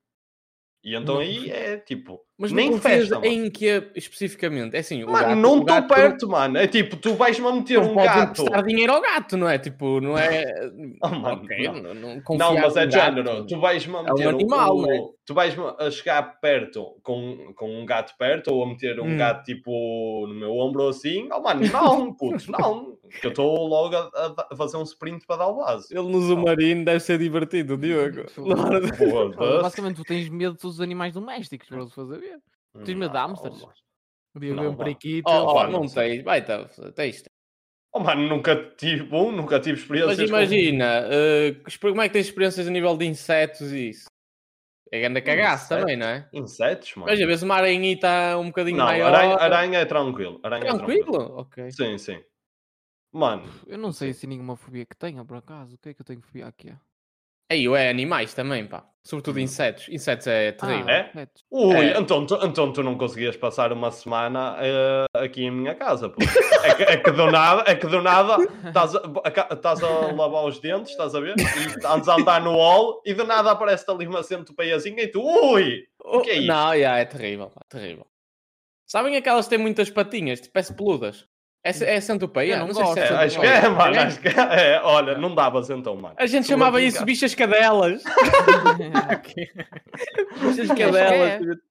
S4: E então aí é tipo,
S3: Mas
S4: Nem
S3: não confias
S4: festa, mano.
S3: em que é especificamente? É assim, o
S4: mano,
S3: gato-
S4: não
S3: o gato
S4: estou perto, mano. É tipo, tu vais-me meter
S3: Não, não
S4: um
S3: podes
S4: gato.
S3: emprestar dinheiro ao gato, não é? Tipo, não é...
S4: <laughs> Oh, mano,
S3: ok,
S4: não.
S3: não, não,
S4: Não,
S3: confiar
S4: mas é
S3: num
S4: de
S3: gato.
S4: género. Tu vais-me a
S3: É um
S4: meter
S3: animal,
S4: o-
S3: né?
S4: Tu vais-me a chegar perto com, com um gato perto ou a meter um
S3: Hum.
S4: gato tipo no meu ombro ou assim. Oh, mano,
S3: <laughs>
S4: não, puto, não. Que eu estou logo a, a- a fazer um sprint para dar o vaso.
S3: Ele no submarino deve ser divertido, Diogo. <laughs> Claro.
S2: Pô,
S4: Foda-se.
S2: Basicamente, tu tens medo de todos os animais domésticos, para se fazer ver. tens medo de
S4: Não,
S2: hamsters?
S4: mano.
S2: Digo,
S4: Não,
S2: eu um
S4: vá.
S2: periquito.
S3: Oh, oh,
S4: Opa,
S3: não
S4: não sei.
S3: tens, vai, tá, tens.
S4: Oh, mano, nunca tive um, nunca tive
S3: Mas
S4: experiências. com-
S3: imagina, eh, como é que tens experiências a nível de insetos e isso? É grande cagaço também, não é?
S4: Insetos, mano.
S3: Veja, vês uma aranhita um bocadinho
S4: não,
S3: maior.
S4: aranha, aranha é tranquilo. Aranha É
S3: Tranquilo? Ok.
S4: tranquilo. Sim, sim. Mano,
S2: Eu não sei se nenhuma fobia que tenha, por acaso. O que é que eu tenho fobia aqui?
S3: Aí eu é animais também, pá.
S4: Hum.
S3: Sobretudo insetos. Insetos é
S2: Ah,
S3: terrível.
S4: é?
S2: correto.
S4: Ui,
S3: É.
S4: então, tu, então tu não conseguias passar uma semana eh, aqui em minha casa, pô. É que, é que do nada, é que do nada estás a, a ca- estás a lavar os dentes, estás a ver? E andas a andar no hall e do nada aparece-te ali uma sempre peiazinha e tu, ui!
S3: Oh,
S4: que é isto?
S3: Não, yeah, é terrível, pá, terrível. Sabem aquelas que têm muitas patinhas, tipo, parece peludas? É, se- é centopeia?
S2: Hum. Eu não
S3: sei se
S2: gosto,
S4: É,
S2: eu não
S4: acho que
S3: centopeia. É,
S4: é, mano, acho que é. É, Olha, não davas então, mano.
S3: A gente chamava isso
S2: <laughs>
S3: bichas cadelas.
S2: Acho
S3: <laughs> bichas
S2: que
S3: cadelas.
S2: é.
S3: tipo.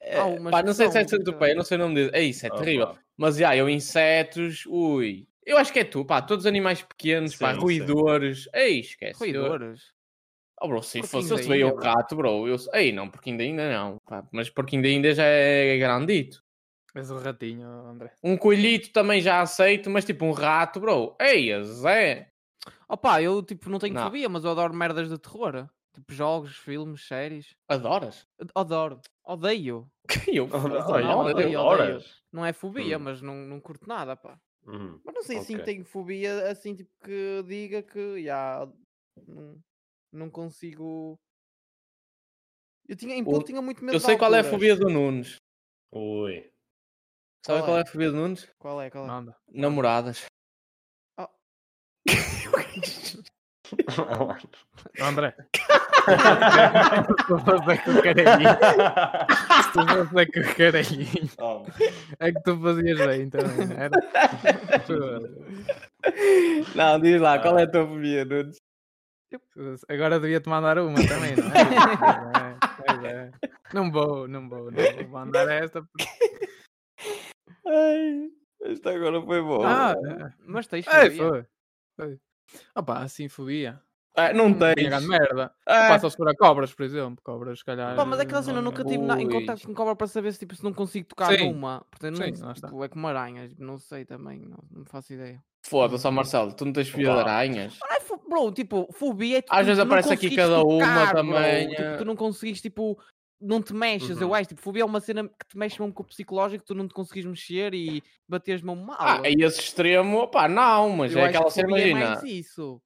S3: É,
S2: Há umas
S3: pá,
S2: que
S3: não sei se é
S2: são,
S3: centopeia, não sei o nome disso. É isso, é
S4: Ah,
S3: terrível.
S4: pá.
S3: Mas já, eu insetos, ui. Eu acho que é tu, pá, todos os animais pequenos, pá,
S4: Sim, sim.
S3: roedores. Ei, esquece. eu-
S2: Roedores.
S3: Oh, bro, se
S2: Porquinho
S3: fosse eu
S2: da
S3: se veio
S2: Índia,
S3: o
S2: bro.
S3: rato, bro, eu... Ei, não, porque ainda ainda não. pá, Mas porque ainda ainda já é grandito.
S5: És um ratinho, André.
S3: Um coelhito também já aceito, mas tipo um rato, bro. Ei, Zé.
S2: Opa, eu tipo não tenho
S3: Não.
S2: fobia, mas eu adoro merdas de terror. Tipo jogos, filmes, séries.
S3: Adoras? <laughs>
S2: Ad- Adoro. Odeio.
S3: Que eu?
S4: Olha,
S2: Não,
S3: Adoro.
S2: odeio,
S4: horas.
S2: Não é fobia,
S4: Hum.
S2: mas não, não curto nada, pá.
S4: Hum.
S2: Mas não sei se
S4: Ok.
S2: tenho fobia, assim, tipo, que diga que, já, não, não consigo... Eu tinha, em puto, tinha muito medo
S3: Eu
S2: de
S3: sei qual é a
S2: alturas.
S3: fobia do Nunes. <laughs>
S4: Ui.
S3: Sabe
S2: Qual
S3: qual é
S2: é?
S3: a fobia do Nunes?
S2: Qual é, qual é?
S5: Manda.
S3: Namoradas.
S5: André. Estou a fazer com o caralhinho. Estou a fazer com o caralhinho.
S4: Oh,
S5: É que tu fazias bem, então. Era.
S3: Não, diz lá, qual é a tua fobia, Nunes?
S5: Agora devia-te mandar uma também, não é? Pois é, pois é. Não vou, não vou, não vou mandar esta. porque-
S3: Ai, isto agora foi bom.
S5: Ah,
S2: Mas tens
S5: é,
S2: fobia.
S5: foi. foi. Opa, assim fobia.
S3: Ah, não
S2: Hum,
S5: Uma
S3: tens.
S5: grande merda.
S3: Ah,
S5: Passa sobre a cobras, por exemplo. Cobras, se calhar.
S2: Pá, mas aquela cena eu nunca tive na, em
S3: Ui.
S2: contato com cobra para saber se, tipo, se não consigo tocar
S5: Sim.
S2: numa. Portanto, não,
S5: Sim,
S2: sei,
S5: lá está.
S2: tipo, é como aranhas, não sei também, não, não faço ideia.
S3: Foda-se, ó Marcelo, tu não tens fobia de
S4: Opa.
S3: aranhas?
S2: Ai, fo- bro, tipo, fobia é tu,
S3: Às vezes
S2: tu não
S3: aparece aqui
S2: conseguires
S3: cada uma
S2: tocar, bro,
S3: também,
S2: tipo,
S3: é.
S2: tu não conseguis, tipo, não te mexes, eu
S4: Uhum.
S2: acho. Tipo, fobia é uma cena que te mexe mesmo com o psicológico, tu não te conseguis mexer e bateres mesmo mal.
S3: Ah, e esse extremo, opá, não, mas
S2: Eu
S3: é
S2: acho
S3: aquela
S2: que
S3: cena,
S2: fobia
S3: imagina.
S2: É mais isso.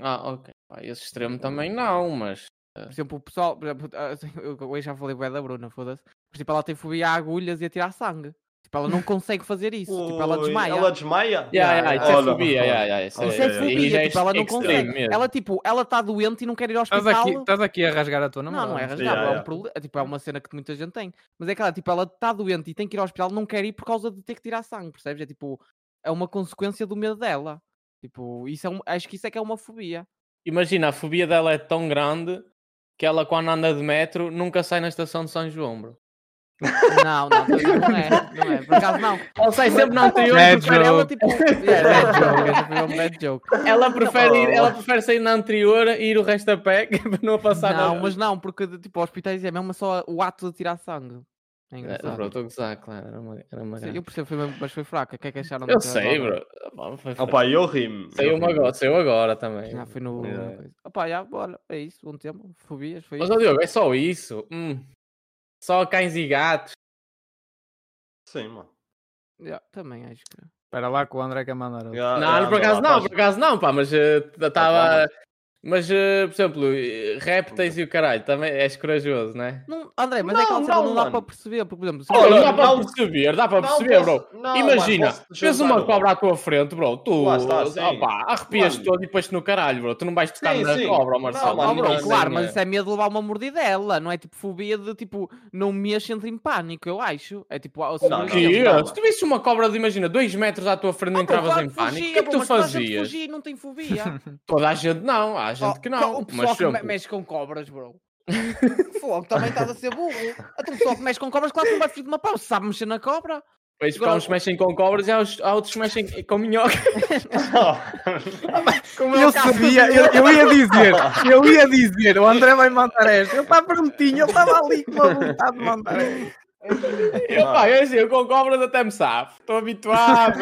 S3: Ah, ok. Pá, esse extremo também não, mas.
S2: Por exemplo, o pessoal, por exemplo, ah, assim, eu hoje já falei bué da Bruna, foda-se. Mas tipo, ela tem fobia a agulhas e a tirar sangue. Tipo,
S3: <laughs>
S2: ela não consegue fazer isso. tipo, ela
S4: Ui,
S2: desmaia.
S4: Ela desmaia?
S3: Yeah,
S2: Yeah,
S3: yeah,
S2: yeah.
S3: isso é
S4: Olha,
S3: fobia,
S4: olha.
S3: yeah, yeah, isso,
S2: Isso
S4: Olha,
S2: é
S4: olha,
S3: aí já
S2: fobia,
S3: é
S2: tipo, ela não
S3: extremo
S2: consegue.
S3: mesmo.
S2: Ela, tipo, ela está doente e não quer ir ao
S5: Estás
S3: é
S2: hospital.
S5: aqui, estás aqui a rasgar a tua
S2: Não,
S5: namorada.
S2: não é
S5: mas-
S2: rasgado,
S4: Yeah,
S2: é, um
S4: yeah.
S2: prole- é, tipo, é uma cena que muita gente tem. Mas é claro, tipo, ela está doente e tem que ir ao hospital, não quer ir por causa de ter que tirar sangue, percebes? É tipo, é uma consequência do medo dela. Tipo, isso é um- acho que isso é que é uma fobia.
S3: Imagina, a fobia dela é tão grande que ela, quando anda de metro, nunca sai na estação de São João, bro.
S2: Não, não, pois não é, não é, por acaso não.
S3: Ela sai sempre na anterior
S5: Bad
S3: porque
S5: joke.
S2: Ela, tipo,
S3: <laughs>
S2: é, bad joke, essa foi uma bad joke. <laughs>
S3: ela prefere, ir- ela prefere sair na anterior e ir o resto a pé <laughs> que é para não passar
S2: Não,
S3: na.
S2: mas não, porque tipo, aos hospitais é mesmo só o ato de tirar sangue. É
S3: <laughs> É,
S2: engraçado.
S3: bro, estou a gozar, claro. Era uma, era uma
S2: Sim,
S3: grande-
S2: eu percebo, foi mesmo, mas foi fraca. O que é que acharam
S3: Eu
S2: da- da
S3: sei,
S2: obra?
S3: bro. Opa, foi fraco.
S4: Opa, eu ri-me.
S3: Saiu uma
S4: Eu ri-me.
S3: agora, saiu agora também.
S2: Já foi no.
S4: Yeah.
S2: na coisa. Opa, já, bora, é isso, bom tempo. Fobias, foi
S3: Mas,
S2: isso.
S3: ó Diogo, é só isso? Hum. Só cães e gatos.
S4: Sim, mano.
S2: Yeah, também acho que.
S5: Espera lá que o André quer mandar. outro.
S4: Yeah,
S3: não,
S4: anda
S3: por acaso
S4: lá,
S3: não,
S4: faz-
S3: por acaso não, pá, mas estava.
S4: lá,
S3: mas, eh, por exemplo, eh, répteis e o caralho, também és corajoso, né?
S2: Não, André, mas é aquela
S4: Não,
S2: cena que não
S4: não,
S2: dá
S4: mano.
S2: para perceber, porque, por exemplo, se
S4: Olha,
S3: Olha,
S2: eu-
S3: dá para
S4: não-
S3: perceber, dá para
S4: Não, é
S3: perceber, bro.
S4: posso- não,
S3: Imagina,
S4: mano, posso
S3: vês
S4: juntar
S3: uma cobra à tua frente, bro, tu
S4: Lá está, sim.
S3: opá, arrepias
S4: Mano.
S3: todo e depois no caralho, bro. Tu não vais tocar
S4: Sim,
S3: na
S4: sim.
S3: cobra,
S4: Não,
S3: Marcelo.
S4: mano,
S2: Oh,
S3: não
S2: bro,
S4: não,
S2: claro,
S3: sim,
S2: mas
S3: é.
S2: isso é medo de levar uma mordidela, não é tipo fobia de tipo, não me mexa entre em pânico, eu acho. É tipo, ah, se
S4: Não,
S2: por
S4: não.
S2: exemplo,
S3: Que?
S4: não,
S3: Se tu visse uma cobra de, imagina, dois metros à tua frente,
S2: ah,
S3: não
S2: bro,
S3: entravas
S2: claro
S3: em
S2: que
S3: pânico, o
S2: fugia,
S3: que é que
S2: bro,
S3: tu
S2: mas toda a gente
S3: fazias?
S2: fugia e não tem
S3: <laughs>
S2: fobia.
S3: Toda a gente não, há gente
S2: Oh,
S3: que
S2: co-
S3: não.
S2: O pessoal
S3: Mas
S2: que me-
S3: sempre.
S2: mexe com cobras,
S3: <laughs>
S2: bro. Fogo, também estás a ser burro. Então, o pessoal que mexe com cobras, claro que não vai fugir de uma pau. Sabe mexer na cobra?
S3: Pois,
S2: Agora-
S3: há uns que mexem com cobras e há, os- há outros que mexem com minhoca. <laughs>
S4: <laughs>
S2: Como é
S5: Eu
S2: o caso do
S5: sabia, eu, eu ia dizer, eu ia dizer, o André vai mandar esta. Ele está perguntinho, ele estava ali com uma vontade de mandar esta.
S3: Eu, pá, eu, assim, eu com cobras até me safo. Estou habituado.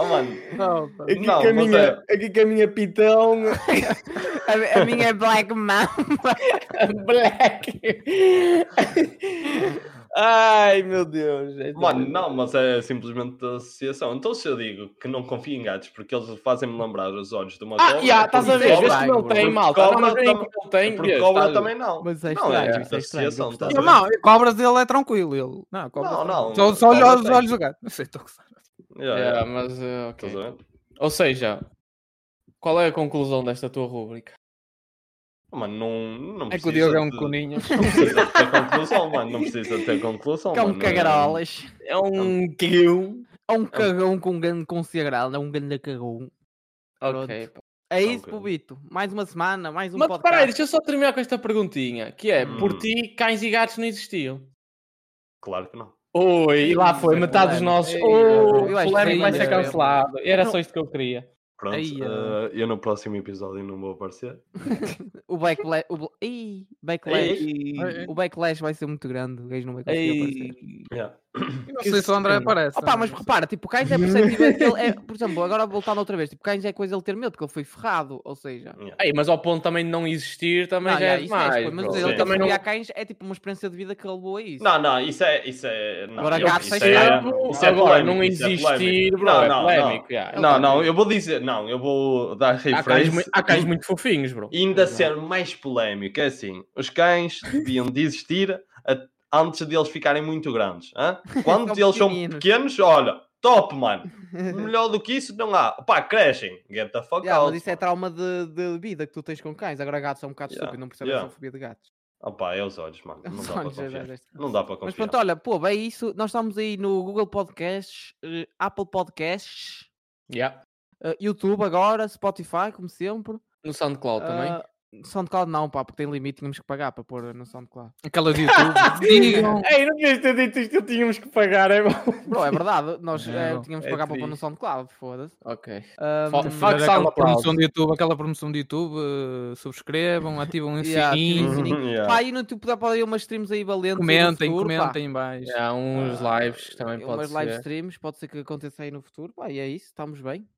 S4: Oh, mano.
S5: Não, pá.
S3: Aqui,
S4: Não,
S3: com a
S4: mas
S3: minha,
S4: é.
S3: aqui com a minha pitão.
S2: A, a minha é Black Mamba.
S3: Black. Ai, meu Deus.
S4: Mano, não, mas é simplesmente da associação. Então, se eu digo que não confio em gatos porque eles fazem-me lembrar os olhos de uma
S3: Ah,
S4: cobra.
S3: já, estás a
S4: porque
S3: ver?
S4: cobra-
S3: Vês como ele
S2: Porque
S3: tem, malta.
S4: cobra
S3: Não, mas vêem
S4: tam-
S3: como ele tem.
S4: Porque
S3: vês,
S4: cobra
S3: estás-
S4: também não.
S2: Mas é
S4: Não,
S2: estranho,
S4: é
S2: isso é estranho.
S4: associação,
S2: gostei.
S4: estás a
S5: Não,
S4: ver?
S5: não, cobras dele é tranquilo. Ele, não, cobras
S4: Não,
S5: dele-
S4: não,
S5: Só, só olha
S4: cobras
S5: os
S4: tem.
S5: olhos do gato. Não sei, estou a gozar.
S4: Yeah,
S3: Yeah,
S4: yeah,
S3: mas, eh, ok.
S4: estás a ver?
S3: Ou seja, qual é a conclusão desta tua rúbrica?
S4: Mano, não, não
S5: É que
S4: precisa
S5: o Diogo é um
S4: de-
S5: coninho.
S4: Não precisa de ter conclusão, mano. Não precisa de ter conclusão.
S2: Que <laughs> é um
S4: mano.
S2: cagarolas.
S3: É um kill.
S2: É um cagão com um grande consagrado. É um grande cagão.
S3: Ok,
S2: É isso,
S4: Ok.
S2: Bobito. Mais uma semana, mais um
S3: Mas
S2: podcast.
S3: peraí, deixa eu só terminar com esta perguntinha, que é, por
S4: Hum.
S3: ti, cães e gatos não existiam.
S4: Claro que não.
S3: Oi, e lá foi,
S2: Ei,
S3: metade dos
S2: polémico.
S3: nossos.
S2: Ei,
S3: Oh,
S2: eu acho
S3: polémico
S2: que
S3: vai
S2: sim,
S3: ser
S2: eu-
S3: cancelado. Era
S2: Não.
S3: só isto que eu queria.
S4: Pronto,
S2: Aí,
S4: eh, eu no próximo episódio não vou aparecer.
S2: O backlash... O... bla- Ih, backlash. O backlash vai ser muito grande. O gajo não vai conseguir aparecer.
S3: Ei,
S4: Yeah.
S5: Não sei se o André aparece.
S2: Opa, mas repara, tipo, o Cães é perceptível. ele é, por exemplo, agora voltando outra vez, tipo, Cães é coisa ele ter medo, porque ele foi ferrado, ou seja.
S4: Yeah.
S3: Ei, mas ao ponto também de não existir, também
S2: Não,
S3: já
S2: já,
S3: é
S2: isso é
S3: demais.
S2: escolha, mas
S3: bro.
S2: ele
S4: Sim.
S2: ter
S3: também
S2: também
S3: não.
S2: a Cães é tipo uma experiência de vida que ele levou a isso.
S4: Não, não, isso é. Isso é não,
S2: Agora
S4: eu-
S2: gatos
S4: isso
S2: sem
S4: é-
S3: cérebro,
S4: isso é
S3: agora não
S4: polémico, isso é polémico.
S3: existir, bro,
S4: Não,
S3: é
S4: não,
S3: polémico,
S4: não.
S3: já.
S4: Não, não, eu vou dizer, não, eu vou dar
S3: Há cães, mui-
S4: rephrase.
S3: há cães muito fofinhos, bro.
S4: E ainda ser mais polémico, é assim, os cães deviam de existir a- antes de eles ficarem muito grandes.
S2: <laughs>
S4: hã? Quando
S2: São
S4: eles são
S2: pequeninos.
S4: pequenos, olha, top,
S2: <laughs>
S4: mano. Melhor do que isso não há. Pá, crescem. Get the fuck
S2: Yeah,
S4: out.
S2: mas isso é trauma de, de vida que tu tens com cães. Agora gatos são um bocado
S4: Yeah,
S2: estúpido, não percebes
S4: yeah.
S2: a fobia de gatos.
S4: mano. Opá, é os olhos,
S2: <laughs>
S4: mano. Não
S2: Os
S4: dá para
S2: olhos, é
S4: confiar.
S2: verdade.
S4: Não dá para
S2: Mas
S4: confiar.
S2: pronto, olha, pô, é isso. Nós estamos aí no Google Podcasts, eh, Apple Podcasts,
S3: Yeah.
S2: eh, YouTube agora, Spotify, como sempre.
S3: No SoundCloud também.
S2: Ah, SoundCloud não, pá, porque tem limite, tínhamos que pagar para pôr no
S4: <laughs>
S2: SoundCloud.
S5: Aquela do YouTube. Digam.
S3: Ei, não devias ter dito isto, tínhamos que pagar, é bom.
S2: Bro, é verdade, nós eh,
S5: Não,
S2: tínhamos que
S3: é
S2: pagar para pôr no
S3: triste.
S2: SoundCloud, foda-se.
S3: Ok.
S2: Ahm,
S3: Fo-
S5: Fazer
S3: Fuck
S5: aquela
S3: SoundCloud.
S5: promoção do YouTube, aquela promoção do YouTube, eh, subscrevam, ativam o
S2: yeah, sim,
S5: sininho,
S4: Uhum,
S2: sim.
S4: yeah.
S2: Pá, e no YouTube dá para aí umas streams aí valentes. aí no
S5: comentem,
S2: futuro, pá.
S5: comentem em baixo.
S3: Há uns
S2: Ah,
S3: lives que também pode
S2: umas live
S3: ser.
S2: streams, pode ser que aconteça aí no futuro. Pá, e é isso, estamos bem.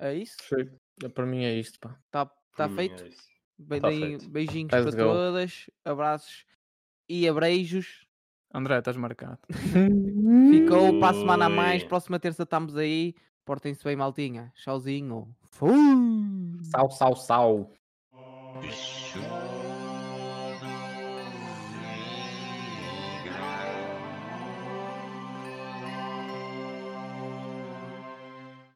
S2: É isso,
S3: Sim. Para mim é isto, pá.
S2: está tá
S4: Hum,
S2: feito.
S4: é isso.
S2: Bem-
S4: tá
S2: deem
S4: feito.
S2: Beijinhos
S3: Let's
S2: para
S3: go.
S2: todas, abraços e abreijos.
S5: André, estás marcado.
S2: Ficou para a semana a mais.
S4: Ui.
S2: Próxima terça estamos aí. Portem-se bem, maltinha. Tchauzinho.
S3: Sal, sal, sal.
S1: Bicho.